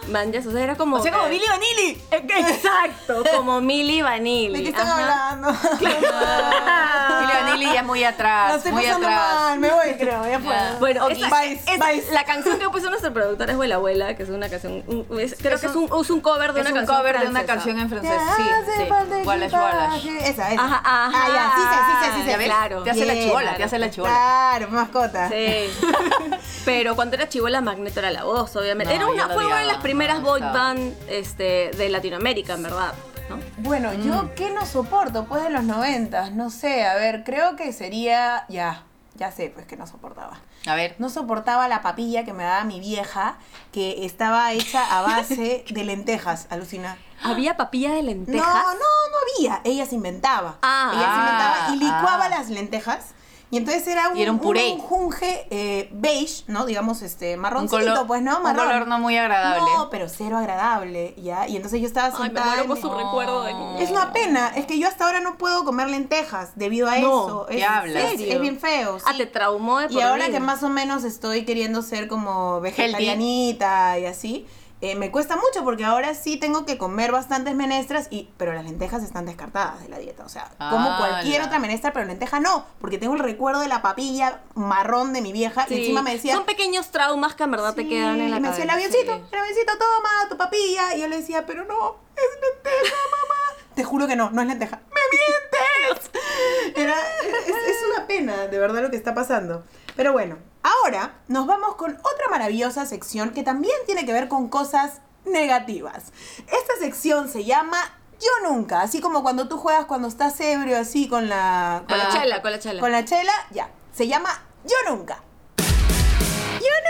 Speaker 3: Manjas, o sea, era como.
Speaker 2: O sea, como
Speaker 3: que-
Speaker 2: Billy Vanilli.
Speaker 3: [laughs] Exacto, como Milli Vanilli.
Speaker 1: ¿De qué están
Speaker 3: ajá.
Speaker 1: hablando? [laughs]
Speaker 3: Ah.
Speaker 2: Billy Vanilli ya muy atrás,
Speaker 1: La estoy
Speaker 2: muy
Speaker 1: pasando
Speaker 2: atrás.
Speaker 1: mal, me voy, creo, ya fue.
Speaker 3: Bueno,
Speaker 1: Ok.
Speaker 3: esa-
Speaker 1: Bye,
Speaker 3: esa-
Speaker 1: bye.
Speaker 3: la canción que puso nuestro productor es Vuela Abuela, que es una canción, un- es- creo
Speaker 2: Es
Speaker 3: que es
Speaker 2: un-
Speaker 3: un, es un cover de
Speaker 2: Es
Speaker 3: una
Speaker 2: un
Speaker 3: canción
Speaker 2: cover de una
Speaker 3: francesa.
Speaker 2: canción en francés.
Speaker 1: Ya
Speaker 2: Sí,
Speaker 1: hace
Speaker 2: sí.
Speaker 1: falta
Speaker 2: Wallash,
Speaker 1: equipaje.
Speaker 2: Wallash.
Speaker 1: Esa, esa.
Speaker 3: Ajá, ajá.
Speaker 1: Ah, ya, sí, sé, sí, sé, sí, sé.
Speaker 2: Ya ves,
Speaker 3: Claro.
Speaker 2: Te hace la
Speaker 1: Bien.
Speaker 2: chivola, te hace la chivola.
Speaker 1: Claro, mascota.
Speaker 3: Sí.
Speaker 1: [laughs]
Speaker 3: Pero cuando era chivola Magneto era la voz, obviamente.
Speaker 2: No,
Speaker 3: era una,
Speaker 2: yo la
Speaker 3: fue una de
Speaker 2: odiaba,
Speaker 3: las primeras
Speaker 2: no,
Speaker 3: boy
Speaker 2: estaba.
Speaker 3: band este, de Latinoamérica, en verdad. ¿no?
Speaker 1: Bueno,
Speaker 2: Mm.
Speaker 1: yo qué no soporto, pues de los noventas, no sé, a ver, creo que sería, ya, ya sé, pues que no soportaba.
Speaker 2: A ver.
Speaker 1: No soportaba la papilla que me daba mi vieja, que estaba hecha a base de lentejas, alucina.
Speaker 3: Había papilla de lentejas.
Speaker 1: No, no, no había. Ella se inventaba.
Speaker 3: Ah.
Speaker 1: Ella se inventaba y licuaba
Speaker 2: Ah.
Speaker 1: las lentejas. Y entonces era un,
Speaker 2: Y era un puré.
Speaker 1: junge beige, ¿no? Digamos, este,
Speaker 2: Un
Speaker 1: marroncito,
Speaker 2: color,
Speaker 1: pues, ¿no?
Speaker 2: un
Speaker 1: Marrón.
Speaker 2: color no muy agradable. [laughs]
Speaker 1: No, pero cero agradable, ¿ya? Y entonces yo estaba
Speaker 3: Ay, me
Speaker 1: sentada...
Speaker 3: muero
Speaker 1: en
Speaker 3: por
Speaker 1: mi-
Speaker 3: su recuerdo de niña.
Speaker 1: Es una pena, es que yo hasta ahora no puedo comer lentejas debido a
Speaker 3: No,
Speaker 1: eso.
Speaker 2: ¿qué
Speaker 1: es,
Speaker 2: hablas?
Speaker 1: es- es bien feo.
Speaker 3: Ah,
Speaker 1: sí.
Speaker 3: te traumó de
Speaker 1: Y
Speaker 3: por
Speaker 1: ahora que
Speaker 3: vida.
Speaker 1: más o menos estoy queriendo ser como vegetarianita y así, eh, me cuesta mucho porque ahora sí tengo que comer bastantes menestras, y, pero las lentejas están descartadas de la dieta. O sea, como
Speaker 2: Ah,
Speaker 1: cualquier
Speaker 2: la.
Speaker 1: otra menestra, pero lenteja no, porque tengo el recuerdo de la papilla marrón de mi vieja
Speaker 3: Sí.
Speaker 1: y encima me decía...
Speaker 3: Son pequeños traumas que en verdad te
Speaker 1: "Sí",
Speaker 3: quedan en la
Speaker 1: y me decía el
Speaker 3: cabeza.
Speaker 1: avioncito,
Speaker 3: Sí.
Speaker 1: el avioncito, toma tu papilla. Y yo le decía, pero no, es lenteja, [laughs] mamá. Te juro que no, no es lenteja. ¡Me mientes! [laughs] Era- es, es una pena, de verdad, lo que está pasando. Pero bueno, ahora nos vamos con otra maravillosa sección que también tiene que ver con cosas negativas. Esta sección se llama Yo Nunca, así como cuando tú juegas cuando estás ebrio, así con la...
Speaker 3: Con la
Speaker 2: Ah.
Speaker 3: chela, con la chela.
Speaker 1: Con la chela, ya. Se llama Yo Nunca. ¡Yo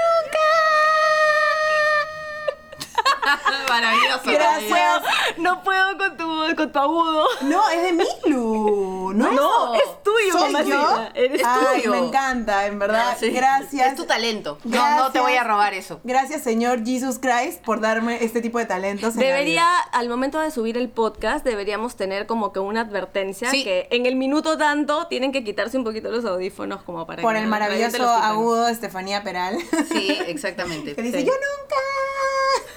Speaker 1: Nunca!
Speaker 2: Maravilloso.
Speaker 1: Gracias.
Speaker 3: [laughs] No puedo con tu, voz, con tu agudo.
Speaker 1: No, es de Milu. No,
Speaker 3: No, es tuyo,
Speaker 1: ¿Soy
Speaker 3: mamacita.
Speaker 1: yo?
Speaker 3: Eres
Speaker 1: Ay,
Speaker 2: tuyo.
Speaker 1: me encanta, en verdad.
Speaker 2: Sí.
Speaker 1: Gracias.
Speaker 2: Es tu talento. No,
Speaker 1: Gracias.
Speaker 2: no te voy a
Speaker 1: [laughs]
Speaker 2: robar eso.
Speaker 1: Gracias, Señor Jesus Christ, por darme este tipo de talentos. en la
Speaker 3: Debería,
Speaker 1: vida.
Speaker 3: al momento de subir el podcast, deberíamos tener como que una advertencia
Speaker 2: Sí.
Speaker 3: que en el minuto tanto tienen que quitarse un poquito los audífonos como para
Speaker 1: Por
Speaker 3: que
Speaker 1: el
Speaker 3: no- realmente
Speaker 1: maravilloso
Speaker 3: los sientan.
Speaker 1: agudo de Estefanía Peral. [laughs]
Speaker 2: Sí, exactamente.
Speaker 1: Que dice,
Speaker 3: Sí.
Speaker 1: yo nunca.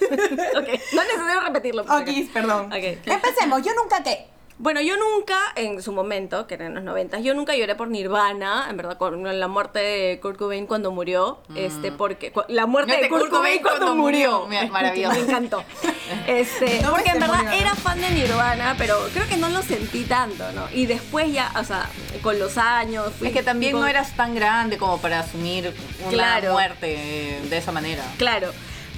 Speaker 3: [laughs] Ok, no necesito repetirlo. por si
Speaker 1: Ok,
Speaker 3: acaso.
Speaker 1: perdón.
Speaker 3: Ok.
Speaker 1: Empecemos, yo nunca qué.
Speaker 3: Bueno, yo nunca, en su momento, que era en los 90, yo nunca lloré por Nirvana, en verdad, con la muerte de Kurt Cobain cuando murió, este, porque cu- la muerte de
Speaker 2: Muerte
Speaker 3: Kurt, Cobain cuando, murió,
Speaker 2: Mira, maravilloso.
Speaker 3: [laughs] me encantó, este,
Speaker 1: No,
Speaker 3: porque
Speaker 1: se
Speaker 3: en verdad
Speaker 1: murió, ¿no?
Speaker 3: era fan de Nirvana, pero creo que no lo sentí tanto, ¿no? Y después ya, o sea, con los años, fui
Speaker 2: Es que también
Speaker 3: tipo-
Speaker 2: no eras tan grande como para asumir una
Speaker 3: Claro.
Speaker 2: muerte eh, de esa manera.
Speaker 3: Claro.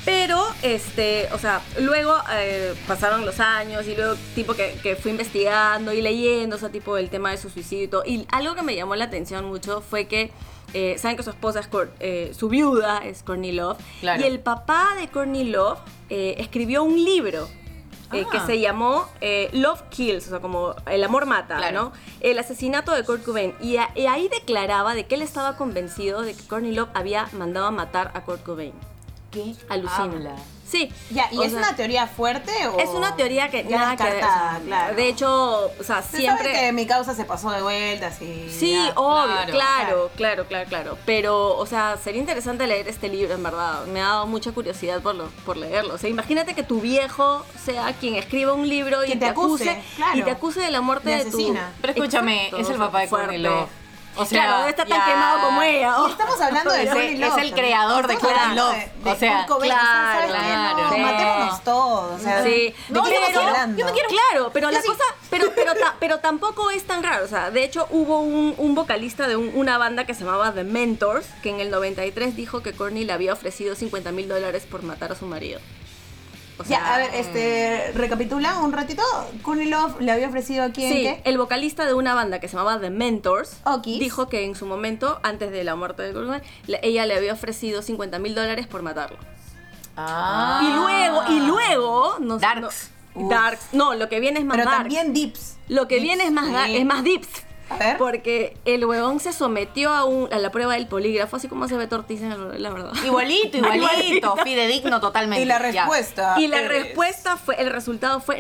Speaker 3: Pero, este, o sea, luego eh, pasaron los años y luego, tipo, que, que fui investigando y leyendo, o sea, tipo, el tema de su suicidio y todo. Y algo que me llamó la atención mucho fue que, eh, saben que su esposa es, Cor- eh, su viuda es Courtney Love.
Speaker 2: Claro.
Speaker 3: Y el papá de Courtney Love eh, escribió un libro eh,
Speaker 2: Ah.
Speaker 3: que se llamó eh, Love Kills, o sea, como el amor mata,
Speaker 2: Claro.
Speaker 3: ¿no? El asesinato de Kurt Cobain. Y, a- y ahí declaraba de que él estaba convencido de que Courtney Love había mandado a matar a Kurt Cobain.
Speaker 1: ¿Qué?
Speaker 3: Alucina.
Speaker 2: Habla.
Speaker 3: Sí.
Speaker 1: Ah. Ya, ¿y
Speaker 3: o
Speaker 1: es
Speaker 3: sea,
Speaker 1: una teoría fuerte o...?
Speaker 3: es una teoría que
Speaker 1: Ya
Speaker 3: nada que ver, o sea,
Speaker 1: descartada, claro.
Speaker 3: De hecho, o sea,
Speaker 1: Se sabe
Speaker 3: siempre.
Speaker 1: que mi causa se pasó de vuelta, sí.
Speaker 3: Sí,
Speaker 1: ya.
Speaker 3: obvio,
Speaker 2: claro,
Speaker 3: claro, claro, claro, claro. Pero, o sea, sería interesante leer este libro, en verdad. Me ha dado mucha curiosidad por, lo- por leerlo. O sea, imagínate que tu viejo sea quien escriba un libro y
Speaker 1: Que
Speaker 3: te,
Speaker 1: te
Speaker 3: acuse,
Speaker 1: acuse, claro.
Speaker 3: y te acuse de la muerte
Speaker 1: De
Speaker 3: de, tu.
Speaker 1: asesina.
Speaker 2: Pero escúchame,
Speaker 3: Exacto,
Speaker 2: es el
Speaker 3: o sea,
Speaker 2: papá de Courtney
Speaker 3: fuerte.
Speaker 2: Love. O sea,
Speaker 3: claro, debe estar tan
Speaker 2: ya-
Speaker 3: quemado como ella.
Speaker 1: Y estamos hablando de
Speaker 2: Es
Speaker 1: Courtney
Speaker 2: el-
Speaker 1: Love
Speaker 2: es el
Speaker 1: también.
Speaker 2: creador de
Speaker 1: Estamos
Speaker 2: Courtney
Speaker 1: hablando
Speaker 2: Love.
Speaker 1: de-
Speaker 2: O
Speaker 1: de
Speaker 2: sea,
Speaker 1: Kurt Cobain, o sea, ¿sabes
Speaker 2: claro,
Speaker 1: qué? No,
Speaker 2: sí.
Speaker 1: matémonos todos. O sea,
Speaker 3: Sí.
Speaker 1: ¿de qué
Speaker 3: yo no
Speaker 1: estamos
Speaker 3: quiero-
Speaker 1: hablando?
Speaker 3: yo no quiero- Claro, pero
Speaker 1: Yo
Speaker 3: la
Speaker 1: sí.
Speaker 3: cosa, pero, pero, ta- pero tampoco es tan raro. O sea, de hecho hubo un, un vocalista de un- una banda que se llamaba The Mentors, que en el 93 dijo que Courtney le había ofrecido 50 mil dólares por matar a su marido. O sea,
Speaker 1: Ya, a ver, este, recapitula un ratito. Courtney Love le había ofrecido a quién
Speaker 3: Sí,
Speaker 1: qué?
Speaker 3: el vocalista de una banda que se llamaba The Mentors
Speaker 1: Okis.
Speaker 3: dijo que en su momento, antes de la muerte de Courtney, le- ella le había ofrecido 50 mil dólares por matarlo.
Speaker 2: Ah.
Speaker 3: Y luego, y luego, no sé,
Speaker 2: Darks.
Speaker 3: no- Darks. No, lo que viene es más
Speaker 1: Pero
Speaker 3: dark.
Speaker 1: también Dips.
Speaker 3: Lo que viene es más, da-
Speaker 1: sí.
Speaker 3: es más dips.
Speaker 1: A ver.
Speaker 3: Porque el huevón se sometió a, un- a la prueba del polígrafo, así como se ve Ortiz en el- la verdad. [laughs]
Speaker 2: Igualito, igualito. Fidedigno totalmente.
Speaker 1: Y la
Speaker 2: ya.
Speaker 1: respuesta.
Speaker 3: Y la
Speaker 1: es-
Speaker 3: respuesta fue, el resultado fue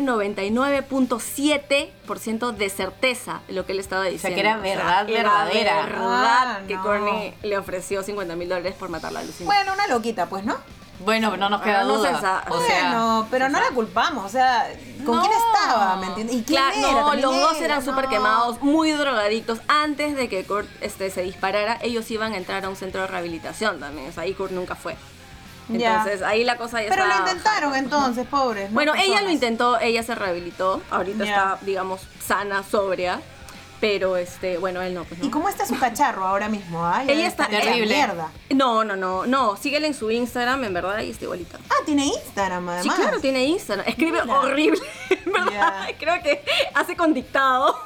Speaker 3: 99.7% de certeza lo que él estaba
Speaker 2: sea,
Speaker 3: diciendo.
Speaker 2: que era verdad
Speaker 3: era
Speaker 2: verdadera.
Speaker 3: verdad
Speaker 1: Ah,
Speaker 3: que
Speaker 1: no.
Speaker 3: Courtney le ofreció 50 mil dólares por matar a Lucina.
Speaker 1: Bueno, una loquita, pues, ¿no?
Speaker 2: Bueno, no nos queda
Speaker 3: Ah, no
Speaker 2: duda.
Speaker 3: sensa-
Speaker 2: o sea,
Speaker 1: bueno, pero no la culpamos, o sea, ¿con
Speaker 2: No.
Speaker 1: quién estaba? ¿Me entiendes? ¿Y quién
Speaker 3: Claro,
Speaker 1: era?
Speaker 3: no,
Speaker 1: También
Speaker 3: los dos
Speaker 1: era,
Speaker 3: eran
Speaker 1: no.
Speaker 3: súper quemados, muy drogadictos. Antes de que Kurt este, se disparara, ellos iban a entrar a un centro de rehabilitación también. O sea, ahí Kurt nunca fue.
Speaker 1: Ya.
Speaker 3: Entonces, ahí la cosa ya
Speaker 1: Pero lo
Speaker 3: estaba-
Speaker 1: intentaron entonces, pobres. ¿no?
Speaker 3: Bueno, ella lo
Speaker 1: Personas.
Speaker 3: intentó, ella se rehabilitó. Ahorita
Speaker 1: Ya.
Speaker 3: está, digamos, sana, sobria. Pero, este, bueno, él no. Pues, ¿no?
Speaker 1: ¿Y cómo está su cacharro ahora mismo? ah? Ya
Speaker 3: Ella está
Speaker 1: hecha
Speaker 2: terrible.
Speaker 1: Mierda.
Speaker 3: No, no, no, no. Síguela en su Instagram, en verdad, ahí está igualita.
Speaker 1: Ah, tiene Instagram además.
Speaker 3: Sí, claro, tiene Instagram. Escribe horrible, [laughs] en ¿verdad?
Speaker 1: Ya.
Speaker 3: Creo que hace con dictado.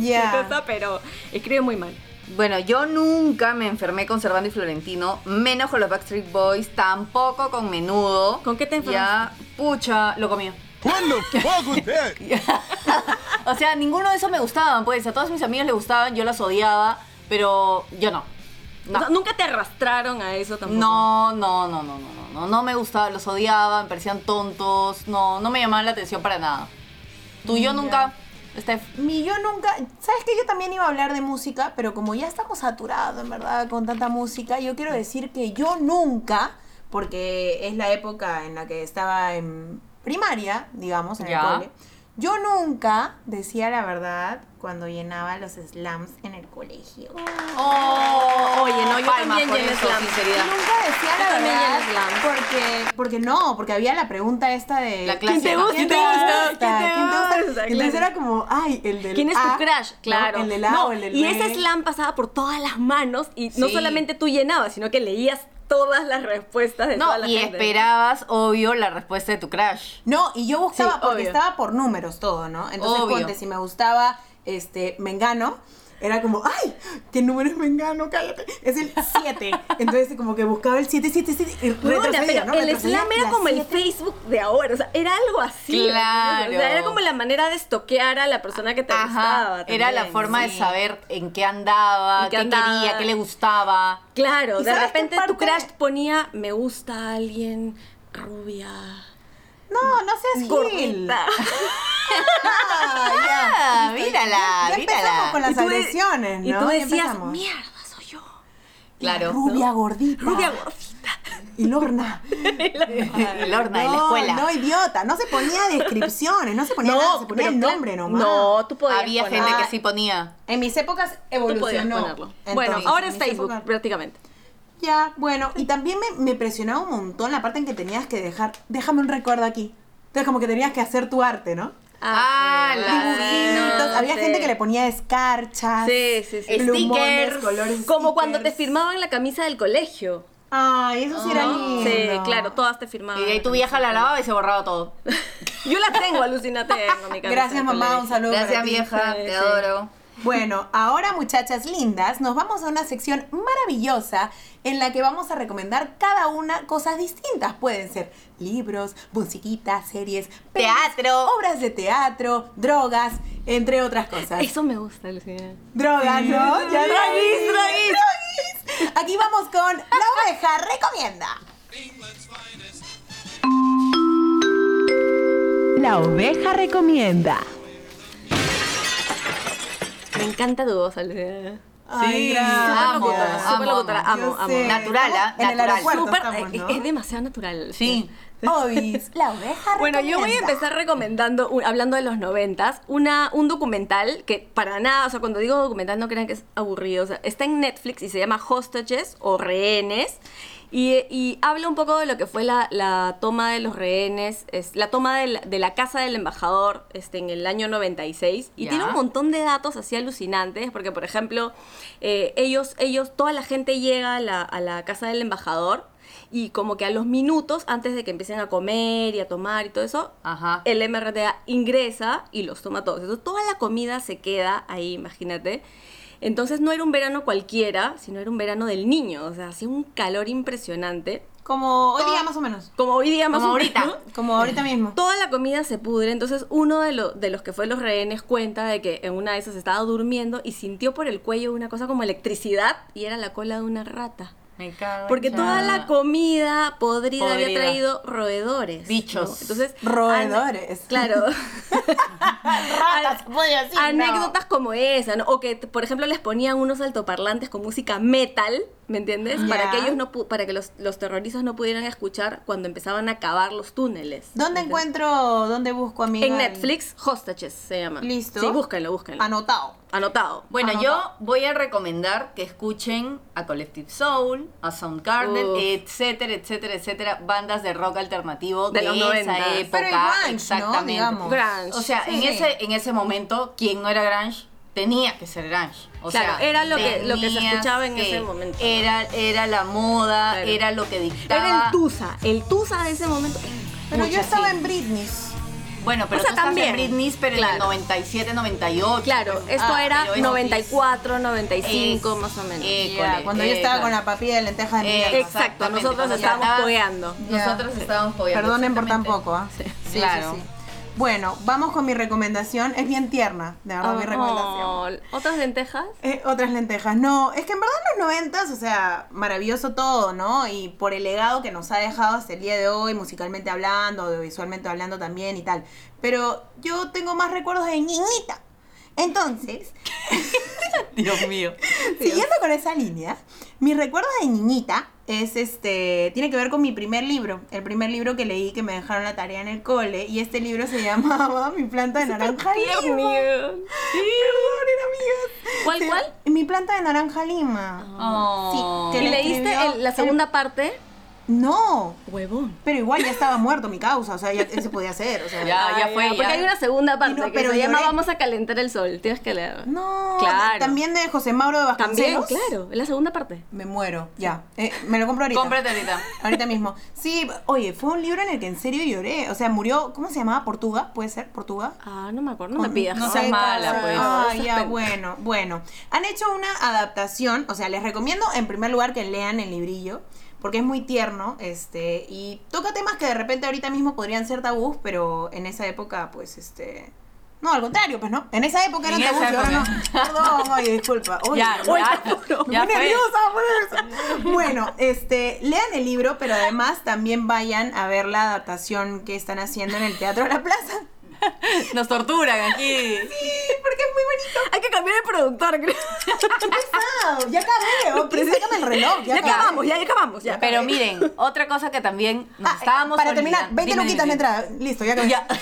Speaker 1: Ya.
Speaker 3: cosa, [laughs] Pero escribe muy mal.
Speaker 2: Bueno, yo nunca me enfermé con Servando y Florentino, menos con los Backstreet Boys, tampoco con Menudo.
Speaker 3: ¿Con qué te
Speaker 2: Ya, pucha, lo comía. [laughs] o sea, ninguno de esos me gustaban, pues. A todos mis amigos les gustaban, yo las odiaba, pero yo no.
Speaker 3: O sea, nunca te arrastraron a eso tampoco.
Speaker 2: No, no, no, no, no, no, no, no me gustaba, los odiaba, me parecían tontos, no, no me llamaban la atención para nada. Tú y yo nunca, Steph.
Speaker 1: Mi yo nunca, sabes que yo también iba a hablar de música, pero como ya estamos saturados en verdad con tanta música, yo quiero decir que yo nunca, porque es la época en la que estaba en primaria, digamos, en
Speaker 2: Ya.
Speaker 1: el cole, yo nunca decía la verdad cuando llenaba los slams en el colegio.
Speaker 2: Oh,
Speaker 3: Oye, no, yo
Speaker 2: palmas
Speaker 3: también
Speaker 2: por
Speaker 3: llené
Speaker 2: eso,
Speaker 3: slam.
Speaker 2: sinceridad.
Speaker 1: Nunca decía
Speaker 3: Yo
Speaker 1: la
Speaker 3: también
Speaker 1: verdad
Speaker 3: llené slams.
Speaker 1: porque, porque no, porque había la pregunta esta de
Speaker 2: La
Speaker 3: ¿Quién te
Speaker 2: clásica.
Speaker 3: gusta?
Speaker 1: ¿Quién te gusta? ¿Quién te gusta?
Speaker 3: Exacto.
Speaker 1: Entonces era como, ay, el del
Speaker 3: ¿Quién es
Speaker 1: A,
Speaker 3: tu crush?
Speaker 1: ¿no?
Speaker 3: Claro.
Speaker 1: El del A
Speaker 3: No,
Speaker 1: o el del
Speaker 3: y
Speaker 1: B.
Speaker 3: ese slam pasaba por todas las manos y no
Speaker 2: Sí.
Speaker 3: solamente tú llenabas, sino que leías todas las respuestas de toda
Speaker 2: No,
Speaker 3: la
Speaker 2: y
Speaker 3: gente.
Speaker 2: esperabas, obvio, la respuesta de tu crush.
Speaker 1: No, y yo buscaba
Speaker 3: Sí,
Speaker 1: porque
Speaker 3: obvio.
Speaker 1: estaba por números todo, ¿no? Entonces,
Speaker 2: Obvio.
Speaker 1: ponte, si me gustaba este Mengano, era como, ¡ay! ¿Qué número es Mengano? Cállate. Es el 7. Entonces, como que buscaba el 7, 7, 7. y
Speaker 3: Huevona,
Speaker 1: retrocedía,
Speaker 3: pero
Speaker 1: ¿no?
Speaker 3: el
Speaker 1: Retrocedía
Speaker 3: slam era
Speaker 1: las
Speaker 3: como el
Speaker 1: siete.
Speaker 3: Facebook de ahora, o sea, era algo así.
Speaker 2: Claro.
Speaker 3: O sea, era como la manera de estoquear a la persona que te gustaba.
Speaker 2: Ajá, era la
Speaker 3: también,
Speaker 2: forma de
Speaker 3: sí.
Speaker 2: saber en qué andaba,
Speaker 3: En
Speaker 2: qué,
Speaker 3: qué andaba.
Speaker 2: quería, qué le gustaba.
Speaker 3: Claro,
Speaker 1: ¿Y
Speaker 3: de
Speaker 1: sabes qué
Speaker 3: repente tu
Speaker 1: parte?
Speaker 3: crush ponía me gusta a alguien rubia.
Speaker 1: No, no seas gil.
Speaker 3: Gordita.
Speaker 2: Ah, mírala,
Speaker 1: Ya empezamos
Speaker 2: mírala.
Speaker 1: con las
Speaker 3: tú de-
Speaker 1: agresiones, ¿no?
Speaker 3: Y tú
Speaker 1: Ya
Speaker 3: decías,
Speaker 1: empezamos.
Speaker 3: mierda, soy yo.
Speaker 2: Claro.
Speaker 1: Rubia gordita.
Speaker 3: Rubia gordita.
Speaker 1: Y Lorna.
Speaker 2: [laughs] El horno de la escuela.
Speaker 1: No, idiota. No se ponía descripciones, no se
Speaker 3: [laughs]
Speaker 1: ponía nada, se ponía
Speaker 3: pero
Speaker 1: el
Speaker 3: cla-
Speaker 1: nombre nomás.
Speaker 3: No, tú podías Ah.
Speaker 2: Había
Speaker 3: poner-
Speaker 2: gente que sí ponía.
Speaker 1: En mis épocas
Speaker 3: Tú podías
Speaker 1: Ah, evolucionó.
Speaker 3: ponerlo.
Speaker 1: Entonces,
Speaker 3: bueno, ahora es
Speaker 1: en mis
Speaker 3: Facebook,
Speaker 1: épocas-
Speaker 3: prácticamente.
Speaker 1: Ya, bueno. Y también me, me presionaba un montón la parte en que tenías que dejar. Déjame un recuerdo aquí. Entonces, como que tenías que hacer tu arte, ¿no?
Speaker 2: Ah,
Speaker 3: sí,
Speaker 2: la-
Speaker 3: bueno,
Speaker 1: Dibujitos.
Speaker 3: sí.
Speaker 1: Había gente que le ponía escarchas.
Speaker 3: Sí, sí, sí.
Speaker 1: Plumones,
Speaker 2: Stickers.
Speaker 1: colores.
Speaker 3: Como cuando te
Speaker 1: stickers.
Speaker 3: firmaban la camisa del colegio.
Speaker 1: Ay, eso sí era
Speaker 3: ¿no?
Speaker 1: lindo.
Speaker 3: Ah. Sí, claro, todas te firmaban.
Speaker 2: Y de ahí tu
Speaker 3: la
Speaker 2: vieja la
Speaker 3: camisa.
Speaker 2: lavaba y se borraba
Speaker 3: [laughs]
Speaker 2: todo.
Speaker 3: Yo la tengo, alucinate.
Speaker 1: Gracias, mamá. Un saludo. para
Speaker 2: Gracias,
Speaker 1: ti.
Speaker 2: vieja,
Speaker 3: Sí,
Speaker 2: te
Speaker 3: sí.
Speaker 2: adoro.
Speaker 1: Bueno, ahora muchachas lindas, nos vamos a una sección maravillosa en la que vamos a recomendar cada una cosas distintas. Pueden ser libros, musiquitas, series,
Speaker 2: Teatro.
Speaker 1: obras de teatro, drogas, entre otras cosas.
Speaker 3: Eso me gusta, Lucina.
Speaker 1: Drogas, ¿no? Ya
Speaker 2: Droguis, droguis.
Speaker 1: droguis. Aquí vamos con La Oveja Recomienda.
Speaker 5: La oveja recomienda.
Speaker 3: Me encanta tu voz, Lucina.
Speaker 1: Ay, gracias.
Speaker 2: amo,
Speaker 3: locutora,
Speaker 2: amo,
Speaker 3: súper locutora,
Speaker 2: amo.
Speaker 3: amo,
Speaker 1: Yo
Speaker 3: amo.
Speaker 1: sé.
Speaker 2: Natural, ¿ah?
Speaker 1: Estamos En el
Speaker 2: Natural.
Speaker 1: aeropuerto
Speaker 3: Súper- eh,
Speaker 1: estamos, ¿no?
Speaker 3: es demasiado natural.
Speaker 2: Sí.
Speaker 1: [laughs] Obis, La Oveja
Speaker 3: Bueno, yo voy a
Speaker 1: Recomienda.
Speaker 3: empezar recomendando, un- hablando de los noventas, una, un documental que para nada, o sea, cuando digo documental no crean que es aburrido, o sea, está en Netflix y se llama Hostages o Rehenes. Y, y habla un poco de lo que fue la, la toma de los rehenes, es, la toma de la, de la casa del embajador este, en el año 96. Y
Speaker 2: Ya.
Speaker 3: tiene un montón de datos así alucinantes, porque por ejemplo, eh, ellos, ellos, toda la gente llega a la, a la casa del embajador y como que a los minutos antes de que empiecen a comer y a tomar y todo eso,
Speaker 2: Ajá.
Speaker 3: el MRTA ingresa y los toma todos. Entonces toda la comida se queda ahí, imagínate. Entonces no era un verano cualquiera, sino era un verano del niño, o sea, hacía un calor impresionante.
Speaker 1: Como hoy día más o menos.
Speaker 3: Como hoy día más
Speaker 2: Como
Speaker 3: o menos,
Speaker 2: ahorita.
Speaker 1: Como ahorita mismo.
Speaker 3: Toda la comida se pudre, entonces uno de, lo- de los que fue los rehenes cuenta de que en una de esas estaba durmiendo y sintió por el cuello una cosa como electricidad y era la cola de una rata.
Speaker 2: Me cago.
Speaker 3: Porque
Speaker 2: en
Speaker 3: toda la comida podrida, había
Speaker 2: Podrida.
Speaker 3: traído roedores.
Speaker 2: Bichos.
Speaker 3: Entonces,
Speaker 1: [laughs] Roedores.
Speaker 3: anda- claro.
Speaker 6: Ratas, voy a decir, no.
Speaker 3: anécdotas como esa, ¿no? o que t- por ejemplo les ponían unos altoparlantes con música metal, ¿me entiendes? Para
Speaker 1: Ya.
Speaker 3: que ellos no pu- para que los, los terroristas no pudieran escuchar cuando empezaban a cavar los túneles.
Speaker 1: ¿Dónde
Speaker 3: ¿me entiendes?
Speaker 1: encuentro, dónde busco a mi
Speaker 3: En Netflix, Hostages se llama.
Speaker 1: Listo.
Speaker 3: Sí, búsquenlo, búsquenlo.
Speaker 1: Anotado.
Speaker 3: Anotado.
Speaker 2: Bueno, yo
Speaker 1: Anotado.
Speaker 2: voy a recomendar que escuchen a Collective Soul, a Soundgarden,
Speaker 3: Uf.
Speaker 2: etcétera, etcétera, etcétera, bandas de rock alternativo
Speaker 3: De
Speaker 2: de,
Speaker 3: los
Speaker 2: esa
Speaker 3: 90s.
Speaker 2: época,
Speaker 1: Pero el grunge, ¿no?
Speaker 2: exactamente.
Speaker 1: Digamos.
Speaker 3: Grunge.
Speaker 2: O sea, en
Speaker 1: Sí.
Speaker 2: ese en ese momento quien no era grunge tenía que ser grunge. O
Speaker 3: Claro,
Speaker 2: sea,
Speaker 3: era lo que- lo que se
Speaker 2: tenías
Speaker 3: escuchaba en
Speaker 2: que-
Speaker 3: ese momento, ¿no?
Speaker 2: Era era la moda,
Speaker 3: Claro.
Speaker 2: era lo que dictaba.
Speaker 3: Era el Tusa, el Tusa de ese momento.
Speaker 1: Pero yo
Speaker 2: Muchas,
Speaker 1: estaba
Speaker 2: sí.
Speaker 1: en Britney.
Speaker 2: Bueno, pero
Speaker 3: O sea,
Speaker 2: tú estás en
Speaker 3: también.
Speaker 2: Britney, pero en el
Speaker 3: Claro.
Speaker 2: 97, 98.
Speaker 3: Claro,
Speaker 2: pero-
Speaker 3: esto
Speaker 2: Ah,
Speaker 3: era
Speaker 2: pero esto es-
Speaker 3: 94, 95 más o menos.
Speaker 2: Eh,
Speaker 1: Ya,
Speaker 2: École,
Speaker 1: cuando yo estaba
Speaker 2: école.
Speaker 1: con la papilla de lentejas de
Speaker 2: Eh,
Speaker 1: mierda.
Speaker 3: Exacto,
Speaker 2: Exactamente,
Speaker 3: nosotros
Speaker 2: cuando
Speaker 3: estábamos
Speaker 2: estabas-
Speaker 3: codeando.
Speaker 2: Nosotros estábamos jodiendo.
Speaker 1: Perdonen por tan
Speaker 2: exactamente.
Speaker 1: poco, ¿ah? Sí, sí,
Speaker 2: Claro.
Speaker 1: sí. Bueno, vamos con mi recomendación. Es bien tierna, de verdad, mi recomendación.
Speaker 3: Oh, ¿Otras lentejas?
Speaker 1: Eh, otras lentejas. No, es que en verdad en los noventas, o sea, maravilloso todo, ¿no? Y por el legado que nos ha dejado hasta el día de hoy, musicalmente hablando, audiovisualmente hablando también y tal. Pero yo tengo más recuerdos de niñita. Entonces,
Speaker 2: [laughs] Dios mío.
Speaker 1: Siguiendo con esa línea, mis recuerdos de niñita es este tiene que ver con mi primer libro, el primer libro que leí que me dejaron la tarea en el cole y este libro se llamaba [laughs] Mi planta de naranja
Speaker 3: Dios
Speaker 1: lima.
Speaker 3: mío.
Speaker 1: Perdón, era amigas.
Speaker 3: ¿Cuál,
Speaker 1: Se-
Speaker 3: cuál?
Speaker 1: Mi planta de naranja lima.
Speaker 2: Oh.
Speaker 1: Sí,
Speaker 3: ¿Y
Speaker 1: que le-
Speaker 3: leíste
Speaker 1: escribió
Speaker 3: el- la
Speaker 1: el-
Speaker 3: segunda parte?
Speaker 1: No,
Speaker 3: Huevón.
Speaker 1: pero igual ya estaba muerto mi causa, o sea, ya se podía hacer, o sea.
Speaker 2: Ya, ya fue.
Speaker 3: Ah, Porque
Speaker 2: ya.
Speaker 3: hay una segunda parte
Speaker 1: no,
Speaker 3: que
Speaker 1: pero
Speaker 3: se llama
Speaker 1: lloré.
Speaker 3: Vamos a calentar el sol. Tienes que leer.
Speaker 1: No,
Speaker 3: Claro.
Speaker 1: también de José Mauro de
Speaker 3: También,
Speaker 1: Vasconcelos.
Speaker 3: claro. Es la segunda parte.
Speaker 1: Me muero, ya. Eh, me lo compro ahorita.
Speaker 2: Cómprate ahorita.
Speaker 1: Ahorita mismo. Sí, oye, fue un libro en el que en serio lloré. O sea, murió, ¿cómo se llamaba? Portuga, puede ser, Portuga.
Speaker 3: Ah, no me acuerdo. No me
Speaker 1: Con-
Speaker 3: pidas.
Speaker 2: no
Speaker 3: ¿no?
Speaker 2: seas
Speaker 1: sé,
Speaker 2: mala,
Speaker 1: cosa-
Speaker 2: pues.
Speaker 1: Ah,
Speaker 3: Esas
Speaker 1: ya,
Speaker 3: penas.
Speaker 1: bueno, bueno. Han hecho una adaptación, o sea, les recomiendo en primer lugar que lean el librillo, porque es muy tierno, este, y toca temas que de repente ahorita mismo podrían ser tabús, pero en esa época, pues, este... No, al contrario, pues no. En esa época
Speaker 2: En
Speaker 1: eran tabús
Speaker 2: esa
Speaker 1: y ahora no.
Speaker 2: época.
Speaker 1: Perdón, oye,
Speaker 2: [laughs]
Speaker 1: disculpa. Oye,
Speaker 2: Ya,
Speaker 1: oye, [laughs]
Speaker 2: ya,
Speaker 1: juro, me
Speaker 2: ya
Speaker 1: pone
Speaker 2: fue.
Speaker 1: nerviosa, por eso. Bueno, este, lean el libro, pero además también vayan a ver la adaptación que están haciendo en el Teatro de la Plaza. [laughs]
Speaker 2: Nos torturan aquí.
Speaker 1: Sí, porque es muy bonito.
Speaker 3: Hay que cambiar de productor,
Speaker 1: [laughs]
Speaker 3: creo.
Speaker 1: pesado, Ah, ya acabé.
Speaker 3: [laughs]
Speaker 1: ok, sácame el reloj. Ya,
Speaker 3: Ya
Speaker 1: acabé.
Speaker 3: acabamos, ya acabamos. Ya.
Speaker 2: Pero miren, otra cosa que también nos
Speaker 1: Ah,
Speaker 2: estábamos
Speaker 1: para terminar,
Speaker 2: olvidando-
Speaker 1: 20
Speaker 2: Dime,
Speaker 1: luquitas de
Speaker 2: dime.
Speaker 1: entrada. Listo, ya acabé.
Speaker 2: Ya. [laughs]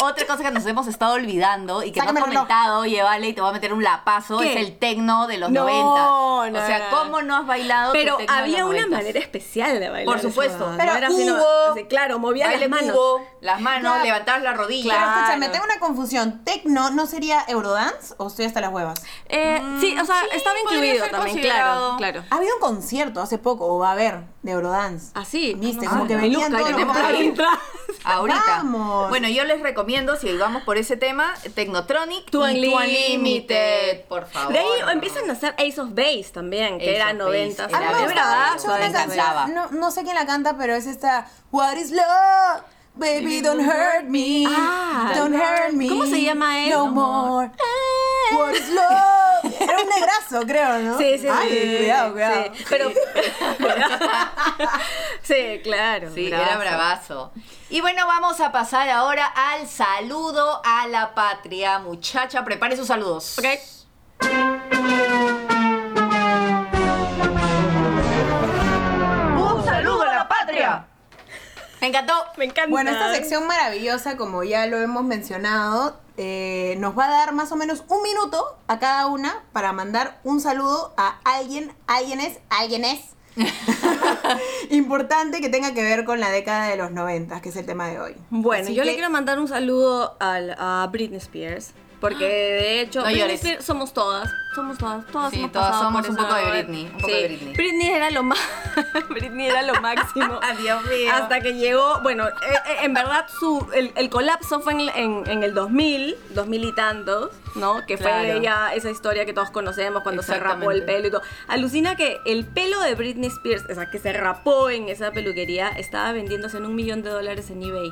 Speaker 2: Otra cosa que nos hemos estado olvidando y que
Speaker 1: Sácame
Speaker 2: no
Speaker 1: el
Speaker 2: he
Speaker 1: reloj.
Speaker 2: comentado, y vale, y te voy a meter un lapazo,
Speaker 3: ¿Qué?
Speaker 2: es el tecno de los
Speaker 3: No,
Speaker 2: 90.
Speaker 3: no,
Speaker 2: o sea,
Speaker 3: no.
Speaker 2: ¿cómo no has bailado? tu
Speaker 3: Pero
Speaker 2: tecno de
Speaker 3: había
Speaker 2: los
Speaker 3: una
Speaker 2: 90?
Speaker 3: manera especial de bailar.
Speaker 2: Por
Speaker 3: esa
Speaker 2: supuesto.
Speaker 3: banda.
Speaker 1: Pero
Speaker 3: No era así, no-
Speaker 2: hubo-
Speaker 3: así, claro, movía
Speaker 2: Baile
Speaker 3: las manos.
Speaker 2: cubo, las manos,
Speaker 1: Claro.
Speaker 2: levantabas la rodilla.
Speaker 1: Pero escúchame,
Speaker 3: Claro.
Speaker 1: tengo una confusión. ¿Tecno no sería Eurodance o estoy hasta las huevas?
Speaker 3: Eh,
Speaker 1: Mm,
Speaker 3: sí, o sea,
Speaker 2: sí,
Speaker 3: estaba
Speaker 2: podría
Speaker 3: incluido
Speaker 2: ser
Speaker 3: también,
Speaker 2: considerado.
Speaker 3: claro, claro.
Speaker 1: Ha habido un concierto hace poco, o va a haber, de Eurodance.
Speaker 3: Así.
Speaker 1: Viste,
Speaker 3: Ah,
Speaker 1: como que
Speaker 3: no.
Speaker 1: venían
Speaker 3: Luca,
Speaker 1: todos los
Speaker 3: tenemos que
Speaker 1: padres. [laughs]
Speaker 3: entrar.
Speaker 2: Ahorita.
Speaker 1: Vamos.
Speaker 2: Bueno, yo les recomiendo, si vamos por ese tema, Technotronic
Speaker 3: Two
Speaker 2: y Two
Speaker 3: Unlimited.
Speaker 2: Unlimited, por favor.
Speaker 3: De ahí empiezan a hacer Ace of Base también, que
Speaker 2: Ace
Speaker 3: era
Speaker 2: of Base,
Speaker 3: 90.
Speaker 2: era
Speaker 1: A mí
Speaker 2: de
Speaker 1: me gustaba
Speaker 2: verdad,
Speaker 1: mucho una
Speaker 2: me encantaba.
Speaker 1: canción. No, no sé quién la canta, pero es esta. What is love? Baby, don't hurt me.
Speaker 3: Ah,
Speaker 1: don't hurt me.
Speaker 3: ¿cómo se llama él?
Speaker 1: No
Speaker 3: No
Speaker 1: more. What is love? Era un negrazo, creo, ¿no?
Speaker 3: Sí, sí, sí.
Speaker 1: Ay, cuidado,
Speaker 3: Sí,
Speaker 1: cuidado. [laughs]
Speaker 3: Pero. [laughs] sí, claro.
Speaker 2: Sí,
Speaker 3: bravazo.
Speaker 2: era bravazo. Y bueno, vamos a pasar ahora al saludo a la patria. Muchacha, prepare sus saludos.
Speaker 3: Ok.
Speaker 6: ¡Un saludo a la patria!
Speaker 2: Me encantó.
Speaker 3: Me encanta.
Speaker 1: Bueno, esta sección maravillosa, como ya lo hemos mencionado, eh, nos va a dar más o menos un minuto a cada una para mandar un saludo a alguien, alguien es, alguien
Speaker 3: [laughs]
Speaker 1: es. [laughs] Importante que tenga que ver con la década de los 90, que es el tema de hoy.
Speaker 3: Bueno,
Speaker 1: Así
Speaker 3: yo le
Speaker 1: que-
Speaker 3: quiero mandar un saludo al- a Britney Spears. Porque de hecho,
Speaker 2: Ah. No
Speaker 3: Britney
Speaker 2: llores.
Speaker 3: Spears somos todas. Somos todas. Todas
Speaker 2: Sí,
Speaker 3: hemos
Speaker 2: todas
Speaker 3: pasado
Speaker 2: somos
Speaker 3: por
Speaker 2: un
Speaker 3: esa-
Speaker 2: poco de Britney, un poco
Speaker 3: Sí,
Speaker 2: de Britney.
Speaker 3: era lo más. [laughs] Britney era
Speaker 2: [laughs]
Speaker 3: lo máximo.
Speaker 2: Ah, Dios mío.
Speaker 3: Hasta que llegó, bueno, eh, eh, en verdad su, el, el colapso fue en, el- en- en el 2000, 2000 y tantos, ¿no? Que fue
Speaker 2: Claro.
Speaker 3: ya esa historia que todos conocemos cuando se rapó
Speaker 2: Exactamente.
Speaker 3: el pelo y todo. Alucina que el pelo de Britney Spears, o sea, que se rapó en esa peluquería, estaba vendiéndose en un millón de dólares en eBay.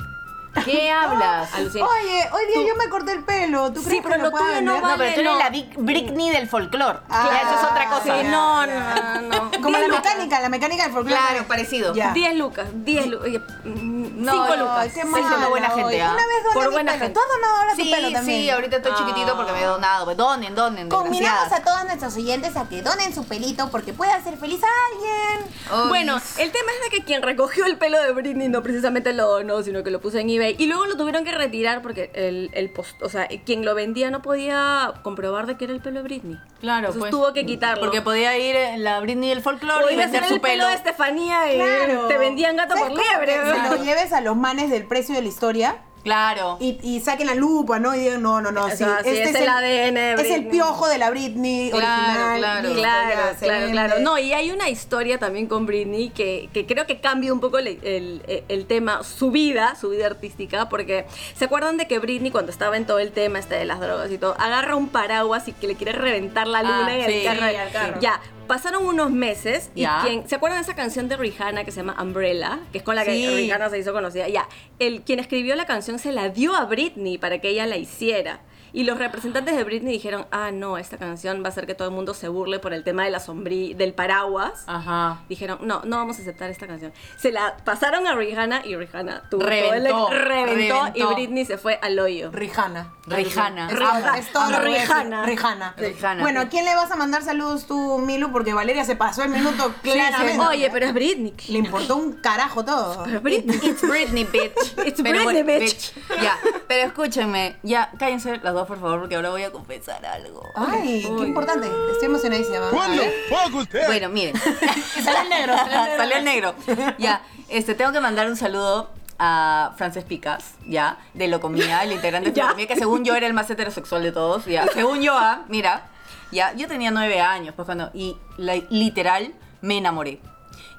Speaker 2: ¿Qué hablas?
Speaker 3: Alucina.
Speaker 1: Oye, hoy día yo me corté el pelo. ¿Tú
Speaker 3: Sí,
Speaker 1: crees
Speaker 3: pero
Speaker 1: que lo
Speaker 3: lo tuyo
Speaker 1: puedo
Speaker 3: no
Speaker 1: vender?
Speaker 3: vale.
Speaker 2: No, pero tú eres
Speaker 3: no.
Speaker 2: la Big Britney del folclore.
Speaker 1: Ah,
Speaker 2: Ya, eso es otra cosa.
Speaker 1: sí,
Speaker 3: Sí, no, no, no.
Speaker 1: Como la
Speaker 3: Diez lucas.
Speaker 1: mecánica, la mecánica del folclore.
Speaker 2: Claro, parecido.
Speaker 1: Ya.
Speaker 3: 10 lucas, 10 lucas,
Speaker 2: No,
Speaker 3: 5
Speaker 2: no,
Speaker 1: Ay,
Speaker 3: mm, lucas.
Speaker 1: qué
Speaker 2: Sí,
Speaker 1: malo
Speaker 2: somos buena
Speaker 1: hoy.
Speaker 2: gente, ¿ah?
Speaker 1: Una vez doné
Speaker 3: Por
Speaker 1: mi
Speaker 3: buena
Speaker 1: pelo.
Speaker 3: gente.
Speaker 1: Tú has donado ahora tu
Speaker 2: Sí,
Speaker 1: pelo también.
Speaker 2: sí, ahorita estoy chiquitito porque me he donado. pues, Donen, donen.
Speaker 1: Combinamos
Speaker 2: desgraciadas.
Speaker 1: a todos nuestros oyentes a que donen su pelito porque puede hacer feliz a alguien.
Speaker 2: Ay,
Speaker 3: Bueno, el tema es de que quien recogió el pelo de Britney no precisamente lo donó, sino que lo puso en eBay. Y luego lo tuvieron que retirar porque el, el post, o sea, quien lo vendía no podía comprobar de que era el pelo de Britney.
Speaker 2: Claro,
Speaker 3: Entonces
Speaker 2: pues.
Speaker 3: tuvo que quitarlo.
Speaker 2: Porque podía ir eh, la Britney del folclore y
Speaker 3: podía
Speaker 2: vender
Speaker 3: ser
Speaker 2: su
Speaker 3: el pelo este.
Speaker 2: pelo.
Speaker 3: de Estefanía y
Speaker 1: Claro.
Speaker 3: te vendían gato
Speaker 1: ¿Sabes
Speaker 3: por
Speaker 1: cómo
Speaker 3: liebre.
Speaker 1: que
Speaker 3: [laughs] ¿verdad?
Speaker 1: Se lo lleves a los manes del precio de la historia
Speaker 2: Claro.
Speaker 1: y, y saquen la lupa, ¿no? Y digan, no, no, no,
Speaker 3: O
Speaker 1: sí. este
Speaker 3: sea, sí, es el ADN de
Speaker 1: Es el
Speaker 3: Britney.
Speaker 1: piojo de la Britney original.
Speaker 2: claro,
Speaker 1: listo,
Speaker 3: Claro,
Speaker 1: ya, se
Speaker 3: claro,
Speaker 1: vende.
Speaker 3: claro. No, y hay una historia también con Britney que, que creo que cambia un poco el, el- el tema, su vida, su vida artística, porque ¿se acuerdan de que Britney cuando estaba en todo el tema este de las drogas y todo, agarra un paraguas y que le quiere reventar la luna
Speaker 2: Ah,
Speaker 3: en
Speaker 2: sí,
Speaker 3: el carro?
Speaker 2: al carro.
Speaker 3: Ya. Pasaron unos meses y
Speaker 2: Ya.
Speaker 3: quien, ¿se acuerdan de esa canción de Rihanna que se llama Umbrella? Que es con la
Speaker 2: Sí.
Speaker 3: que Rihanna se hizo conocida. Ya, el, quien escribió la canción se la dio a Britney para que ella la hiciera. Y los representantes de Britney dijeron, ah, no, esta canción va a hacer que todo el mundo se burle por el tema de la sombrí, del paraguas.
Speaker 2: Ah. Ajá.
Speaker 3: Dijeron, no, no vamos a aceptar esta canción. Se la pasaron a Rihanna y Rihanna tuvo todo el-
Speaker 2: Reventó,
Speaker 3: reventó,
Speaker 2: reventó.
Speaker 3: y Britney se fue al hoyo.
Speaker 1: Rihanna.
Speaker 2: Rihanna. Ah.
Speaker 1: Es,
Speaker 2: Amo,
Speaker 1: todo, es todo lo que voy a decir.
Speaker 3: Rihanna.
Speaker 1: Rihanna.
Speaker 2: Rihanna.
Speaker 1: Bueno, ¿a quién le vas a mandar saludos tú, Milu? Porque Valeria se pasó el minuto claramente.
Speaker 3: Oye, pero es Britney.
Speaker 1: Le importó un carajo todo.
Speaker 3: Pero es Britney.
Speaker 2: It's Britney, bitch. [laughs]
Speaker 3: It's
Speaker 2: Pero
Speaker 3: Britney,
Speaker 2: bueno,
Speaker 3: bitch.
Speaker 2: Ya, pero escúchenme. Ya, cállense las dos, por favor, porque ahora voy a confesar algo.
Speaker 3: Ah.
Speaker 1: Ay, qué
Speaker 3: Uy.
Speaker 1: importante. Estoy emocionadísima. A ver.
Speaker 3: ¿Eh?
Speaker 2: Bueno, miren.
Speaker 3: [laughs]
Speaker 1: Sale el negro.
Speaker 2: Salió el negro. Ya, este, tengo que mandar un saludo a Frances Picas, ya, de Locomía, el integrante de
Speaker 3: Ya.
Speaker 2: Locomía, que según yo era el más heterosexual de todos,
Speaker 3: [laughs]
Speaker 2: ya. Según yo, ah, mira, ya, yo tenía nueve años, pues cuando, y la- literal, me enamoré.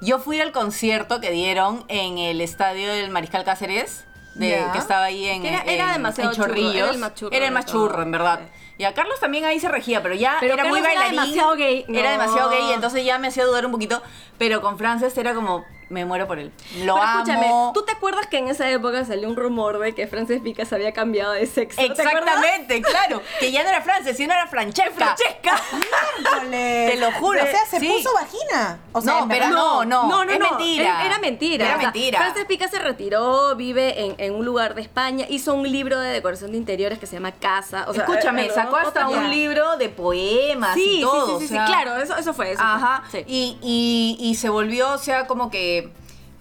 Speaker 2: Yo fui al concierto que dieron en el estadio del Mariscal Cáceres, de,
Speaker 1: Ya.
Speaker 2: que estaba ahí en,
Speaker 3: Que era-
Speaker 2: en-
Speaker 3: era
Speaker 2: en
Speaker 3: demasiado churro,
Speaker 2: Chorrillos.
Speaker 3: era el más churro
Speaker 2: Era el
Speaker 3: de
Speaker 2: más
Speaker 3: todo.
Speaker 2: churro, en verdad.
Speaker 3: Sí.
Speaker 2: Ya, Carlos también ahí se regía, pero ya
Speaker 3: Pero
Speaker 2: era muy
Speaker 3: Carlos era
Speaker 2: bailarín.
Speaker 3: demasiado gay.
Speaker 2: Era
Speaker 3: No.
Speaker 2: demasiado gay, entonces ya me hacía dudar un poquito. Pero con Frances era como, me muero por él. Lo
Speaker 3: Pero
Speaker 2: amo.
Speaker 3: escúchame, ¿tú te acuerdas que en esa época salió un rumor de que Frances Picas había cambiado de sexo? ¿Te acuerdas?
Speaker 2: Exactamente, claro. Que ya no era Frances, sino era [laughs] Francesca.
Speaker 3: Francesca.
Speaker 1: Miércoles.
Speaker 2: Te lo juro.
Speaker 1: O sea, se
Speaker 2: Sí.
Speaker 1: puso vagina. O sea,
Speaker 2: No,
Speaker 1: en
Speaker 2: pero
Speaker 1: verdad.
Speaker 2: no,
Speaker 3: no, no,
Speaker 2: es
Speaker 3: no,
Speaker 2: mentira.
Speaker 3: Era, era mentira.
Speaker 2: Era
Speaker 3: O sea,
Speaker 2: mentira.
Speaker 3: Frances Pica se retiró, vive en, en un lugar de España, hizo un libro de decoración de interiores que se llama Casa. O sea,
Speaker 2: Escúchame,
Speaker 3: eh,
Speaker 2: sacó
Speaker 3: otra
Speaker 2: hasta
Speaker 3: cosa.
Speaker 2: un libro de poemas
Speaker 3: Sí,
Speaker 2: y
Speaker 3: sí,
Speaker 2: todo.
Speaker 3: sí, sí, sí,
Speaker 2: o sea.
Speaker 3: claro, eso, eso fue eso. fue,
Speaker 2: Ajá.
Speaker 3: sí.
Speaker 2: Y, y- y se volvió, o sea, como que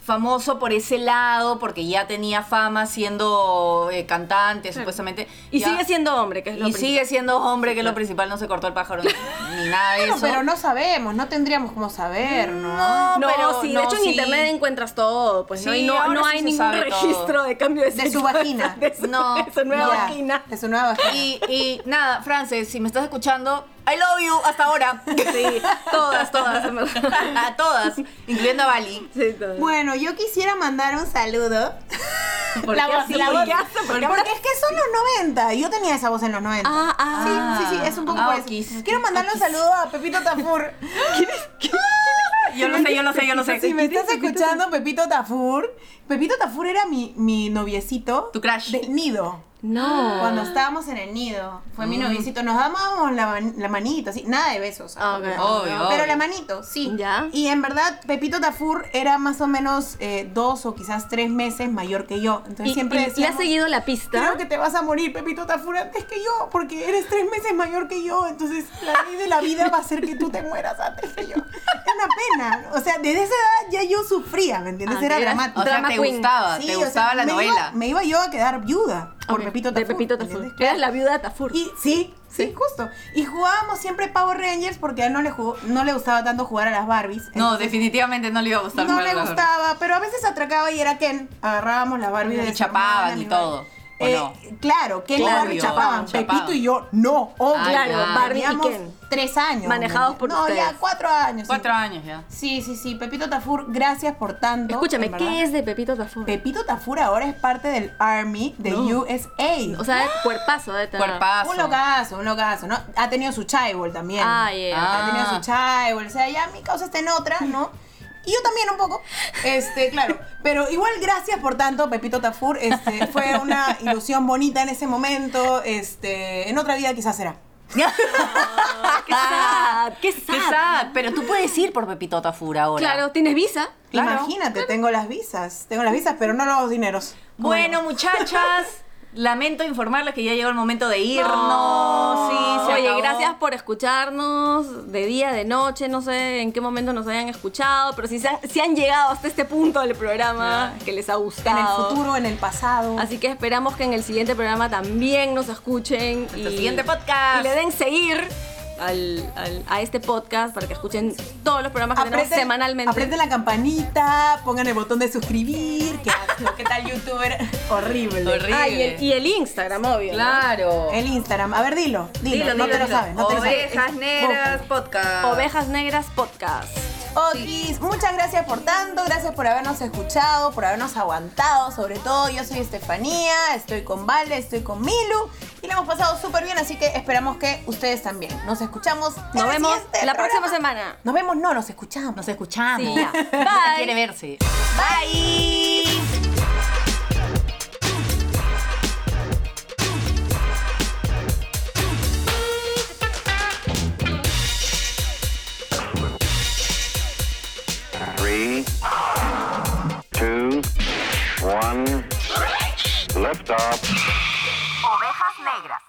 Speaker 2: famoso por ese lado, porque ya tenía fama siendo eh, cantante, supuestamente.
Speaker 3: Y
Speaker 2: Ya-
Speaker 3: sigue siendo hombre, que es
Speaker 2: Y
Speaker 3: lo principal.
Speaker 2: sigue siendo hombre, que es lo
Speaker 3: claro.
Speaker 2: principal, no se cortó el pájaro ni nada de
Speaker 1: Bueno,
Speaker 2: eso.
Speaker 1: pero no sabemos, no tendríamos cómo saber, ¿no?
Speaker 2: No,
Speaker 3: No,
Speaker 2: pero
Speaker 3: sí,
Speaker 2: no,
Speaker 3: de hecho en
Speaker 2: sí.
Speaker 3: internet encuentras todo, pues no,
Speaker 2: Sí,
Speaker 3: y no,
Speaker 2: ahora
Speaker 3: no
Speaker 2: sí
Speaker 3: hay
Speaker 2: se
Speaker 3: ningún
Speaker 2: sabe todo.
Speaker 3: registro de cambio de
Speaker 1: De su
Speaker 3: sexo.
Speaker 1: vagina.
Speaker 3: [laughs] De su,
Speaker 2: No,
Speaker 3: de su nueva
Speaker 1: Ya,
Speaker 3: vagina.
Speaker 1: Es una vagina.
Speaker 2: Y, y nada, Frances, si me estás escuchando, I love you hasta ahora.
Speaker 3: Sí, todas, todas, en verdad.
Speaker 2: [laughs] a todas, incluyendo a Bali.
Speaker 3: Sí, todas.
Speaker 1: Bueno, yo quisiera mandar un saludo.
Speaker 3: ¿Por
Speaker 1: La
Speaker 3: qué
Speaker 1: voz,
Speaker 3: así?
Speaker 1: la
Speaker 3: ¿Por
Speaker 1: voz.
Speaker 3: qué hace? ¿Por qué
Speaker 1: Porque es que son los 90. Yo tenía esa voz en los 90.
Speaker 3: Ah, ah.
Speaker 1: Sí, sí, sí, es un poco
Speaker 2: Ah,
Speaker 1: por eso.
Speaker 2: okis,
Speaker 1: Quiero mandarle un saludo a Pepito Tafur.
Speaker 2: Yo lo sé, yo lo sé, yo lo sé.
Speaker 1: Si me estás escuchando, Pepito Tafur. Pepito Tafur era mi, mi noviecito.
Speaker 2: Tu crush.
Speaker 1: Del nido.
Speaker 3: No.
Speaker 1: Cuando estábamos en el nido, fue mi noviecito, nos dábamos la, man- la manito, así, nada de besos.
Speaker 3: Ah, ok.
Speaker 1: obvio,
Speaker 2: Obvio,
Speaker 1: Pero
Speaker 2: obvio.
Speaker 1: la manito, sí.
Speaker 3: Ya.
Speaker 1: Y en verdad, Pepito Tafur era más o menos eh, dos o quizás tres meses mayor que yo. Entonces
Speaker 3: Y,
Speaker 1: siempre
Speaker 3: y- y
Speaker 1: decíamos,
Speaker 3: has seguido la pista.
Speaker 1: Creo que te vas a morir, Pepito Tafur, antes que yo, porque eres tres meses mayor que yo. Entonces, la ley de la vida va a ser que tú te mueras antes que yo. Es una pena. O sea, desde esa edad ya yo sufría, ¿me entiendes?
Speaker 3: Ah,
Speaker 1: era
Speaker 3: que eras-
Speaker 1: dramático.
Speaker 2: O sea,
Speaker 3: Drama
Speaker 2: te
Speaker 3: queen.
Speaker 2: gustaba,
Speaker 1: Sí, o
Speaker 2: te
Speaker 1: sea,
Speaker 2: gustaba la
Speaker 1: me iba-
Speaker 2: novela.
Speaker 1: me iba yo a quedar viuda por
Speaker 3: Ok,
Speaker 1: Pepito
Speaker 3: de
Speaker 1: Tafur.
Speaker 3: Pepito Tafur.
Speaker 1: ¿entiendes?
Speaker 3: Eras la viuda de Tafur.
Speaker 1: Y sí, sí, justo. Y jugábamos siempre Power Rangers porque a él no le, jugó- no le gustaba tanto jugar a las Barbies.
Speaker 2: No,
Speaker 1: Entonces,
Speaker 2: definitivamente no le iba a gustar.
Speaker 1: No
Speaker 2: jugar a
Speaker 1: le
Speaker 2: las
Speaker 1: gustaba, pero a veces atracaba y era Ken. Agarrábamos las Barbies
Speaker 2: Y
Speaker 1: de su
Speaker 2: chapaban
Speaker 1: hermana,
Speaker 2: y
Speaker 1: mi
Speaker 2: todo, ¿o
Speaker 1: Eh,
Speaker 2: no?
Speaker 1: Claro, Ken y
Speaker 2: Obvio,
Speaker 1: Barbie chapaban.
Speaker 2: chapaban.
Speaker 1: Pepito y yo, no. Oh,
Speaker 2: Ah,
Speaker 1: claro,
Speaker 2: ya.
Speaker 1: Barbie y
Speaker 3: Teníamos
Speaker 1: Ken. Tres años.
Speaker 3: Manejados por
Speaker 1: No,
Speaker 3: ustedes.
Speaker 1: ya cuatro años.
Speaker 2: Cuatro
Speaker 1: sí.
Speaker 2: años ya.
Speaker 1: Sí, sí, sí. Pepito Tafur, gracias por tanto.
Speaker 3: Escúchame,
Speaker 1: en verdad.
Speaker 3: ¿qué es de Pepito Tafur?
Speaker 1: Pepito Tafur ahora es parte del Army de USA.
Speaker 3: o sea, cuerpazo de tener.
Speaker 2: Cuerpazo.
Speaker 1: Un locazo, un locazo, ¿no? Ha tenido su chaibol también.
Speaker 3: Ah, yeah.
Speaker 2: Ah.
Speaker 1: Ha
Speaker 2: [laughs]
Speaker 1: tenido su chaibol. O sea, ya mi causa está en otra, ¿no? Y yo también un poco. Este, claro. Pero igual, gracias por tanto, Pepito Tafur. Este, fue una ilusión bonita en ese momento. Este, en otra vida quizás será.
Speaker 3: Ah,
Speaker 1: [laughs]
Speaker 2: qué sad, qué sad. Pero tú puedes ir por Pepito Tafur ahora.
Speaker 3: Claro, tienes visa.
Speaker 2: Claro.
Speaker 1: Imagínate, tengo las visas. Tengo las visas, pero no los dineros. [laughs]
Speaker 2: Bueno, muchachas, lamento informarles que ya llegó el momento de irnos. Sí, se
Speaker 3: Oye,
Speaker 2: acabó.
Speaker 3: gracias por escucharnos de día, de noche, no sé en qué momento nos hayan escuchado, pero si, se han, si han llegado hasta este punto del programa, que les ha
Speaker 1: En el
Speaker 3: gustado.
Speaker 1: futuro, en el pasado.
Speaker 3: Así que esperamos que en el siguiente programa también nos escuchen.
Speaker 2: Nuestro siguiente podcast.
Speaker 3: Y le den seguir al- al- a este podcast para que escuchen todos los programas que tenemos
Speaker 1: Aprieten-
Speaker 3: semanalmente.
Speaker 1: aprieten la campanita, pongan el botón de suscribir.
Speaker 2: [laughs]
Speaker 1: ¿Qué, asco, ¿qué tal youtuber? Horrible.
Speaker 2: Horrible.
Speaker 3: Ah, y el, y el Instagram, obvio. ¿no?
Speaker 2: Claro.
Speaker 1: El Instagram. A ver, dilo. Dilo,
Speaker 2: Dilo,
Speaker 1: no
Speaker 2: dilo,
Speaker 1: te lo
Speaker 2: dilo.
Speaker 1: sabes. No te lo sabes.
Speaker 2: Ovejas Negras Podcast.
Speaker 3: Ovejas Negras Podcast.
Speaker 1: Otis, muchas gracias por tanto, gracias por habernos escuchado, por habernos aguantado, sobre todo yo soy Estefanía, estoy con Vale, estoy con Milu y la hemos pasado súper bien, así que esperamos que ustedes también. Nos escuchamos. en
Speaker 3: Nos
Speaker 1: el
Speaker 3: vemos
Speaker 1: siguiente
Speaker 3: la
Speaker 1: programa.
Speaker 3: próxima semana.
Speaker 1: Nos vemos, no, nos escuchamos.
Speaker 2: Nos escuchamos. [laughs]
Speaker 3: Sí, ya.
Speaker 2: Bye.
Speaker 3: Bye.
Speaker 2: Quiere verse.
Speaker 1: Bye.
Speaker 4: Three, two, one, lift off.
Speaker 7: Ovejas Negras.